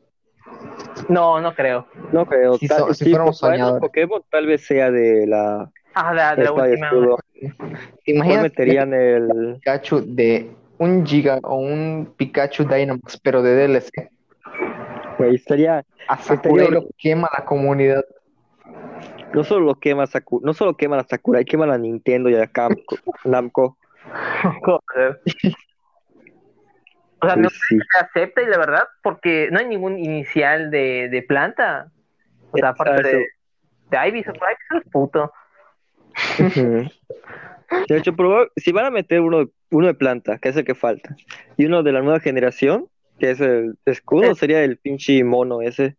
Speaker 1: No, no creo.
Speaker 3: No creo.
Speaker 2: Si
Speaker 3: tal-
Speaker 2: so- si fuéramos
Speaker 3: Pokémon-
Speaker 2: soñadores.
Speaker 3: Pokémon tal vez sea de la
Speaker 1: Ah, la, la
Speaker 3: Espada y
Speaker 1: última.
Speaker 3: Escudo. Igual
Speaker 2: Imagínate
Speaker 3: meterían el...
Speaker 2: un Pikachu de un Giga o un Pikachu Dynamax, pero de DLC.
Speaker 3: Güey, estaría...
Speaker 2: A Sakurai
Speaker 3: Estaría-
Speaker 2: lo quema la comunidad.
Speaker 3: No solo, lo quema Saku- no solo queman a Sakurai, queman a Nintendo y a Camco- Namco.
Speaker 1: Joder. O sea, no
Speaker 3: Pues sí.
Speaker 1: se acepta y la verdad, porque no hay ningún inicial de, de planta. O sea, aparte
Speaker 3: Exacto.
Speaker 1: de, de Ivy, Ivy es el puto.
Speaker 3: Ujú. De hecho, proba- si van a meter uno, uno de planta, que es el que falta, y uno de la nueva generación, que es el escudo, sería el pinche mono ese.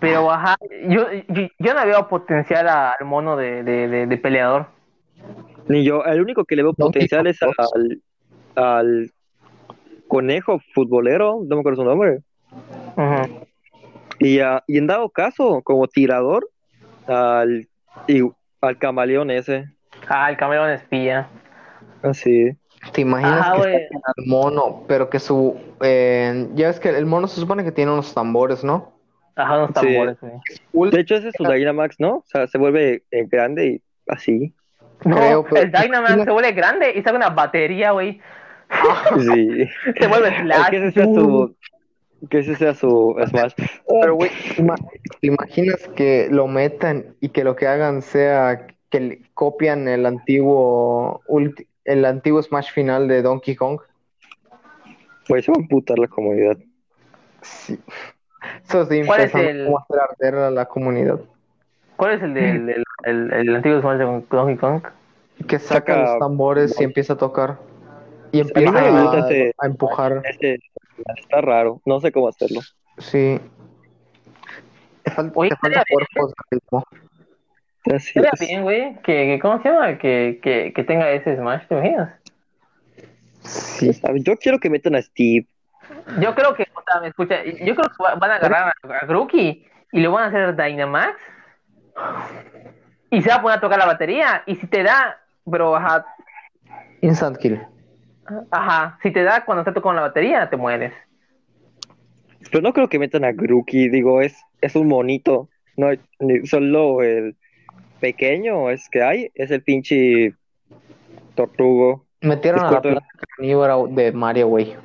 Speaker 1: Pero ajá, yo, yo, yo no veo potencial a- al mono de, de, de, de peleador.
Speaker 3: Ni yo, el único que le veo
Speaker 2: Donkey
Speaker 3: potencial es
Speaker 2: Kong
Speaker 3: al, al conejo futbolero, no me acuerdo su nombre.
Speaker 1: Ujú.
Speaker 3: Y, ah, y en dado caso, como tirador, al, y, al camaleón ese.
Speaker 1: Ah, el camarón espía.
Speaker 3: Así.
Speaker 2: ¿Te imaginas
Speaker 1: Ajá,
Speaker 2: que
Speaker 1: güey.
Speaker 2: saquen al mono, pero que su... eh, ya ves que el mono se supone que tiene unos tambores, ¿no?
Speaker 1: Ajá, unos
Speaker 3: Sí.
Speaker 1: tambores, güey.
Speaker 3: De hecho, ese es su Dynamax, ¿no? O sea, se vuelve eh, grande y así.
Speaker 1: No,
Speaker 2: Creo, pero-
Speaker 1: el Dynaman se vuelve grande y saca una batería, güey.
Speaker 3: Sí.
Speaker 1: Se vuelve
Speaker 3: Es
Speaker 1: Flash.
Speaker 3: que ese sea su. Que ese sea su Smash.
Speaker 2: Pero, güey, ima- ¿te imaginas que lo metan y que lo que hagan sea que le copian el antiguo ulti- el antiguo Smash final de Donkey Kong?
Speaker 3: Güey, se va a amputar la comunidad.
Speaker 2: Sí. Eso sí,
Speaker 1: ¿Cuál es
Speaker 2: empezando
Speaker 1: el-
Speaker 2: como a hacer arder a la comunidad.
Speaker 1: ¿Cuál es el del el, el, el antiguo Smash de Donkey Kong?
Speaker 2: Que saca,
Speaker 3: Saca-
Speaker 2: los tambores y empieza a tocar. Y empieza
Speaker 3: me gusta
Speaker 2: a,
Speaker 3: ese-
Speaker 2: a empujar.
Speaker 3: Este está raro. No sé cómo hacerlo.
Speaker 2: Sí. Te fal-
Speaker 1: Oye,
Speaker 2: te falta
Speaker 1: estaría bien.
Speaker 2: cuerpos, ritmo.
Speaker 3: Así
Speaker 1: Estaría
Speaker 3: es.
Speaker 1: bien, güey, que, que- ¿cómo se llama? Que, que, que tenga ese Smash, ¿te imaginas?
Speaker 2: Sí.
Speaker 3: A ver, Yo quiero que metan a Steve.
Speaker 1: Yo creo que, o sea, me escucha, yo creo que va- van a agarrar a, a Grookey y lo van a hacer Dynamax. Y se va a poner a tocar la batería. Y si te da, pero ajá,
Speaker 2: Instant kill.
Speaker 1: ajá, si te da cuando está tocando la batería, te mueres.
Speaker 3: Pero no creo que metan a Grookey, digo, es, es un monito. No, hay- ni- solo el pequeño es que hay, es el pinche tortugo.
Speaker 2: Metieron a la
Speaker 3: Disculpen.
Speaker 2: planta carnívora de Mario, güey.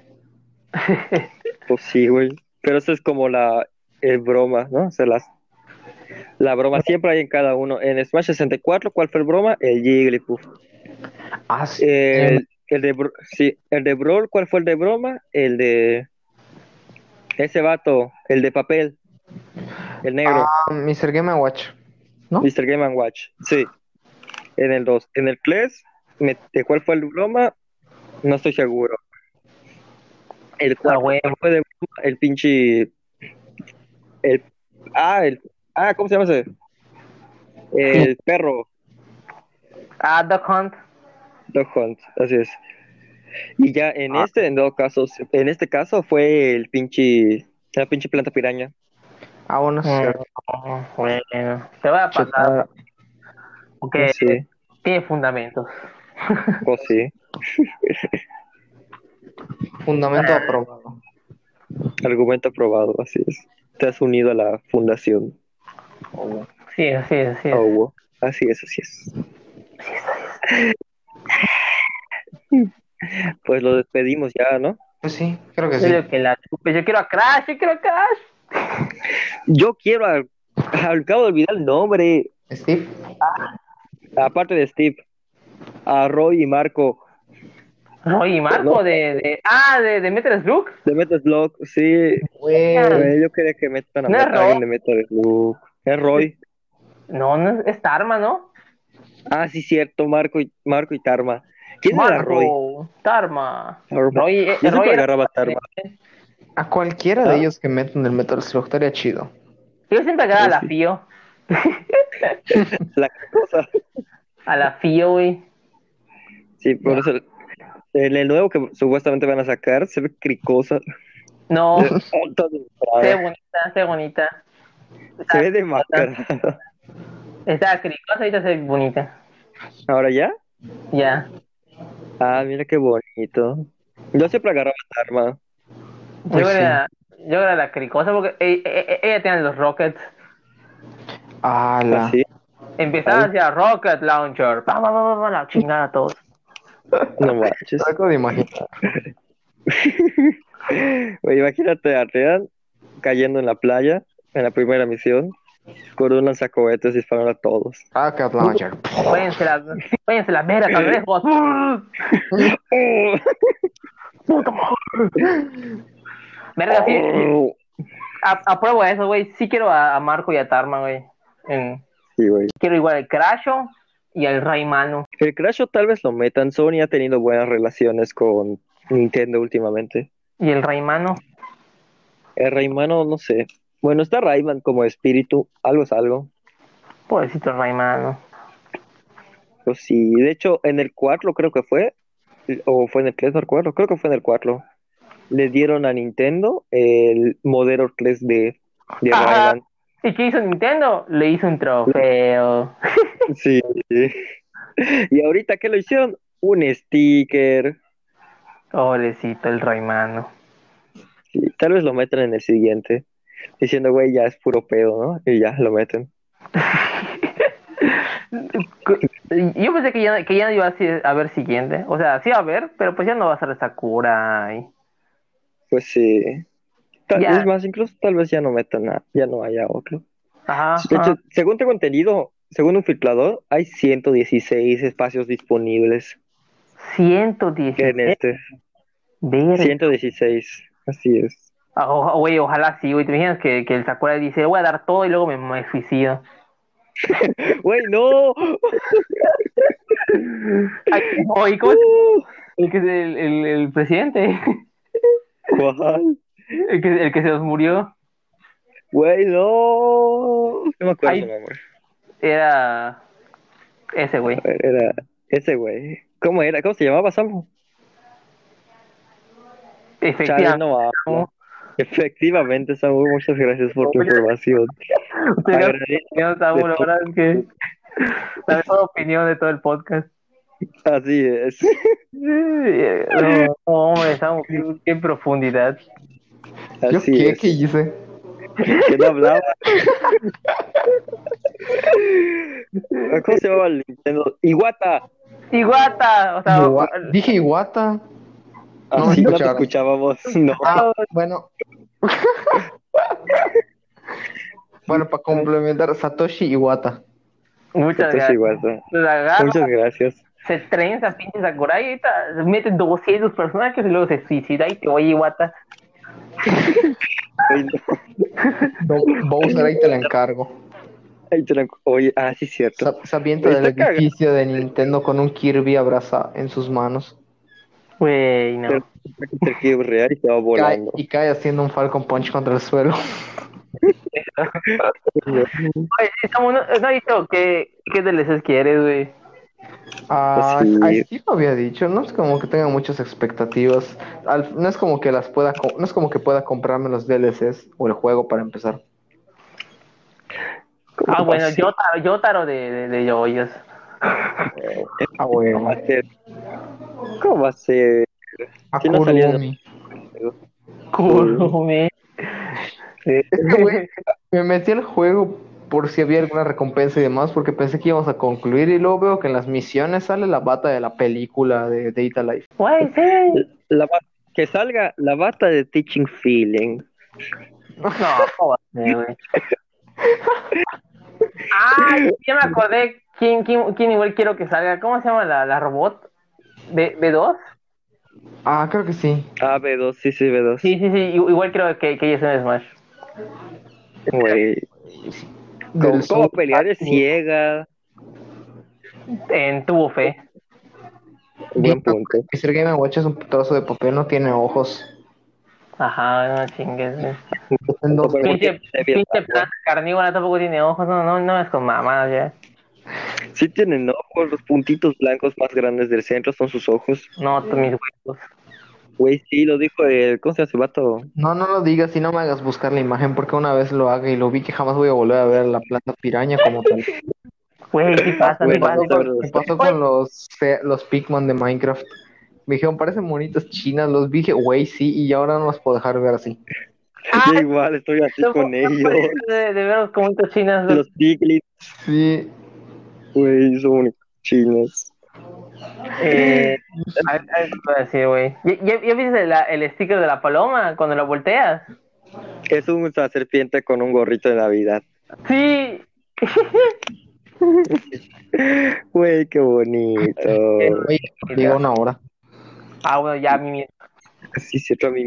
Speaker 3: Pues sí, güey. Pero eso es como la el broma, ¿no? O sea, las, la broma siempre hay en cada uno. En Smash 64, ¿cuál fue el broma? El Jigglypuff.
Speaker 2: Ah, sí.
Speaker 3: El, Eh, el de, Bro- sí, el de Brawl, ¿cuál fue el de broma? El de ese vato, el de papel, el negro,
Speaker 2: Ah, Mr. Game Watch. ¿no?
Speaker 3: Mr. Game and Watch. Sí, en el 2. En el 3, me- ¿de cuál fue el broma? No estoy seguro. El
Speaker 1: La
Speaker 3: 4
Speaker 1: huevo.
Speaker 3: fue de broma, el pinche. El, ah, el, ah, ¿cómo se llama ese? El perro.
Speaker 1: Ah, Duck Hunt.
Speaker 3: Dog Hunt, así es. Y ya en
Speaker 1: Ah.
Speaker 3: este, en dos casos, en este caso fue el pinche, la pinche planta piraña.
Speaker 2: Ah, bueno, sí.
Speaker 1: Mm, bueno, te va a pasar porque
Speaker 3: Sí,
Speaker 1: tiene fundamentos.
Speaker 3: pues sí,
Speaker 2: Fundamento aprobado.
Speaker 3: argumento aprobado, así es. Te has unido a la fundación,
Speaker 1: Sí, sí, sí.
Speaker 3: a Hugo. Así es, así es. Pues lo despedimos ya, ¿no?
Speaker 2: Pues sí, creo que
Speaker 1: Yo
Speaker 2: sí.
Speaker 1: digo que la chupe. Yo quiero a Crash, yo quiero a Crash.
Speaker 3: Yo quiero, al, al cabo de olvidar el nombre,
Speaker 2: Steve.
Speaker 3: aparte de Steve, a Roy y Marco,
Speaker 1: Roy y Marco
Speaker 3: No.
Speaker 1: de, de. Ah, de, de Metal Slug.
Speaker 3: de Metas Blog, sí,
Speaker 2: Güey.
Speaker 3: Güey, yo quería que metan a
Speaker 1: No es
Speaker 3: Meta-
Speaker 1: Roy.
Speaker 3: alguien de Metal Slug. Es Roy.
Speaker 1: No, no es- es Tarma, ¿no?
Speaker 3: Ah, sí, cierto, Marco y, Marco y Tarma. ¿Quién era
Speaker 1: Marco,
Speaker 3: Roy?
Speaker 1: Tarma.
Speaker 3: Tarma.
Speaker 1: Roy, eh,
Speaker 3: Yo
Speaker 1: Roy
Speaker 3: siempre
Speaker 1: era-
Speaker 3: agarraba a Tarma.
Speaker 2: A cualquiera
Speaker 3: Ah.
Speaker 2: de ellos que metan el Metal Slug estaría chido.
Speaker 1: Yo siempre agarraba a la
Speaker 3: Sí, sí.
Speaker 1: Fio.
Speaker 3: La cosa.
Speaker 1: A la Fio, güey.
Speaker 3: Sí, por eso. En el nuevo que supuestamente van a sacar, se ve cricosa.
Speaker 1: No,
Speaker 3: Se ve tonta de entrada.
Speaker 1: sé bonita, sé bonita.
Speaker 3: Se ve de matar.
Speaker 1: Está cricosa, ahorita se ve bonita.
Speaker 3: ¿Ahora ya?
Speaker 1: Ya.
Speaker 3: Ah, mira qué bonito. Yo siempre agarraba a Tarma.
Speaker 1: Yo,
Speaker 2: Pues
Speaker 1: era, yo era la cricosa porque eh, eh, eh, ella tenía los rockets.
Speaker 2: Ah, la.
Speaker 3: Así.
Speaker 1: Empezaba hacia Rocket Launcher. Pa, pa, pa, pa, pa, la chingada a todos.
Speaker 3: No manches.
Speaker 2: Algo de imaginar.
Speaker 3: Güey, imagínate a Real cayendo en la playa en la primera misión con un lanzacohetes disparando a todos.
Speaker 2: Rocket Launcher.
Speaker 1: Váyanse la, váyanse la verga, cangrejos. Puta madre. Verga, sí. a- Apruebo eso, güey. Sí quiero a, a Marco y a Tarma, güey. En-
Speaker 3: Sí, güey.
Speaker 1: Quiero igual al Crasho y al Raymano.
Speaker 3: El Crash tal vez lo metan. Sony ha tenido buenas relaciones con Nintendo últimamente.
Speaker 1: Y el Raymano.
Speaker 3: El Raymano, no sé. Bueno, está Rayman como espíritu. Algo es algo.
Speaker 1: Pobrecito Raymano.
Speaker 3: Pues sí. De hecho, en el 4 creo que fue. O fue en el 3, no recuerdo. Creo que fue en el 4. Le dieron a Nintendo el modelo 3D de
Speaker 1: Ajá.
Speaker 3: Rayman.
Speaker 1: ¿Y qué hizo Nintendo? Le hizo un trofeo.
Speaker 3: Sí. Y ahorita, ¿qué lo hicieron? Un sticker.
Speaker 1: Pobrecito el Raymano.
Speaker 3: Sí, tal vez lo metan en el siguiente. Diciendo, güey, ya es puro pedo, ¿no? Y ya lo meten.
Speaker 1: Yo pensé que ya, que ya no iba a ser- a haber siguiente. O sea, sí va a haber, pero pues ya no va a ser Sakura. y-
Speaker 3: Pues sí. Tal,
Speaker 1: Ya.
Speaker 3: Es más, incluso tal vez ya no metan nada, ya no haya otro.
Speaker 1: Ajá.
Speaker 3: De
Speaker 1: ajá.
Speaker 3: hecho, según tengo entendido, según un filtrador, hay 116 espacios disponibles
Speaker 1: 110.
Speaker 3: en este.
Speaker 1: Eh. Verga.
Speaker 3: 116, así es.
Speaker 1: Ah, o- Güey, ojalá sí, güey. Te imaginas que, que el Sakura dice, voy a dar todo y luego me, me suicido.
Speaker 3: Güey, no.
Speaker 1: Ay, oye, ¿cómo es
Speaker 3: ¡Uh!
Speaker 1: el que es el, el- el presidente?
Speaker 3: ¿Cuál?
Speaker 1: El que, el que se nos murió
Speaker 3: Güey, no. No me acuerdo,
Speaker 1: Ay.
Speaker 3: mi amor.
Speaker 1: era ese güey.
Speaker 3: A ver, Era ese güey. ¿Cómo era? ¿Cómo se llamaba, Samu? Chale,
Speaker 1: Efectivamente.
Speaker 3: no hablo. Efectivamente, Samu, muchas gracias por tu
Speaker 1: Oye.
Speaker 3: información.
Speaker 1: Usted dio
Speaker 3: Agrade-
Speaker 1: su opinión, Saúl, la verdad es que la mejor opinión de todo el podcast.
Speaker 3: Así es.
Speaker 1: Eh, No, hombre, Saúl, qué, qué profundidad.
Speaker 2: ¿Yo
Speaker 3: Así
Speaker 2: qué,
Speaker 3: es.
Speaker 2: qué hice?
Speaker 3: que no hablaba. ¿Cómo se llamaba el Nintendo? Iguata.
Speaker 1: Iguata, o sea,
Speaker 2: Igua- Dije Iguata. No,
Speaker 3: Así Ah, no, te
Speaker 2: escucharon.
Speaker 3: escuchábamos. No.
Speaker 2: Ah, bueno. bueno, para complementar, Satoshi Iwata.
Speaker 1: muchas
Speaker 3: Entonces,
Speaker 1: gracias.
Speaker 3: Iguata.
Speaker 1: La agarra,
Speaker 3: pues, Muchas gracias.
Speaker 1: se trenza pinche Sakurai, ahorita mete 200 personajes y luego se suicida y te voy Iguata.
Speaker 3: Ay, no.
Speaker 2: No, Bowser ahí te la encargo.
Speaker 3: Ay, te la- Oye, ah, sí, cierto.
Speaker 2: Sa- Se avienta del
Speaker 3: Está cagado.
Speaker 2: edificio de Nintendo con un Kirby abraza en sus manos.
Speaker 1: Güey, no.
Speaker 3: Pero- Te quiero real y te va
Speaker 2: Cae-
Speaker 3: volando.
Speaker 2: y cae haciendo un Falcon Punch contra el suelo.
Speaker 1: Oye, Samu, no, no has dicho qué, qué DLCs quieres, güey.
Speaker 2: Ah,
Speaker 3: Pues sí.
Speaker 2: ay, sí lo había dicho, no es como que tenga muchas expectativas. Al- no es como que las pueda, co- no es como que pueda comprarme los DLCs o el juego para empezar.
Speaker 1: Ah, bueno,
Speaker 3: así?
Speaker 1: Yotaro, Yotaro de, de, de yoyos.
Speaker 2: Ah, bueno.
Speaker 3: ¿Cómo va a ser? ¿Cómo va a ser? Sí, no salía de-
Speaker 2: Akurumi.
Speaker 1: Culo, me.
Speaker 2: Este güey, me metí al juego por si había alguna recompensa y demás, porque pensé que íbamos a concluir y luego veo que en las misiones sale la bata de la película de Data Life.
Speaker 1: Güey, sí.
Speaker 3: La ba- que salga la bata de Teaching Feeling.
Speaker 1: No, ¿cómo va a ser, güey? Ah, ya me acordé. ¿Quién, quién, quién igual quiero que salga? ¿Cómo se llama la, la robot? ¿B, ¿B2?
Speaker 2: Ah, creo que sí.
Speaker 3: Ah, B2, sí, sí, B2.
Speaker 1: Sí, sí, sí. i- Igual creo que, que ella es en Smash.
Speaker 3: Güey, ¿Cómo,
Speaker 2: Del
Speaker 3: cómo
Speaker 2: Soul-
Speaker 3: pelear es ciega?
Speaker 1: En tu fe.
Speaker 3: Buen punto.
Speaker 2: Que si el Game Watch es un trozo de papel, no tiene ojos.
Speaker 1: Ajá, no chingues. güey.
Speaker 2: No,
Speaker 3: Pero
Speaker 1: Pinche,
Speaker 3: porque-
Speaker 1: pinche planta carnívora tampoco tiene ojos. No, no, no es con mamadas ya.
Speaker 3: Sí tienen ojos, los puntitos blancos más grandes del centro son sus ojos.
Speaker 1: No, tú, mis huevos.
Speaker 3: Güey, sí, lo dijo el... ¿Cómo se llama ese vato?
Speaker 2: no, no lo digas y no me hagas buscar la imagen porque una vez lo haga y lo vi que jamás voy a volver a ver la planta piraña como tal.
Speaker 1: Güey, ¿qué pasa?
Speaker 3: Güey,
Speaker 1: ¿Qué pasa?
Speaker 3: no, no, no.
Speaker 2: Me pasó con los, fe- los Pikman de Minecraft. Me dijeron, parecen bonitas chinas, los vi, dije, güey, sí, y ahora no las puedo dejar ver así.
Speaker 1: Ah,
Speaker 3: Yo igual estoy así
Speaker 1: No,
Speaker 3: con
Speaker 1: no,
Speaker 3: ellos.
Speaker 1: De, de ver los comunitos chinas.
Speaker 3: Los piglets,
Speaker 2: Sí,
Speaker 3: güey, son chinos.
Speaker 1: Eh, a ver, a ver, ¿qué te iba a decir, güey? ¿Ya, ya, ya viste la- el sticker de la paloma cuando la volteas?
Speaker 3: Es una serpiente con un gorrito de Navidad.
Speaker 1: Sí.
Speaker 3: Güey, qué bonito.
Speaker 2: oye, llegó una hora.
Speaker 1: Ah, bueno, ya, mi mierda.
Speaker 3: Sí, cierto, a mí.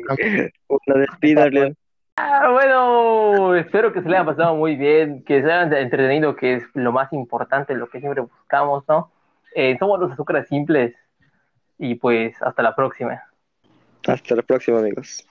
Speaker 3: Una despida, Leon.
Speaker 1: Ah, bueno, espero que se le haya pasado muy bien, que se hayan entretenido, que es lo más importante, lo que siempre buscamos, ¿no? Eh, somos los azúcares simples. Y pues, hasta la próxima.
Speaker 3: Hasta la próxima, amigos.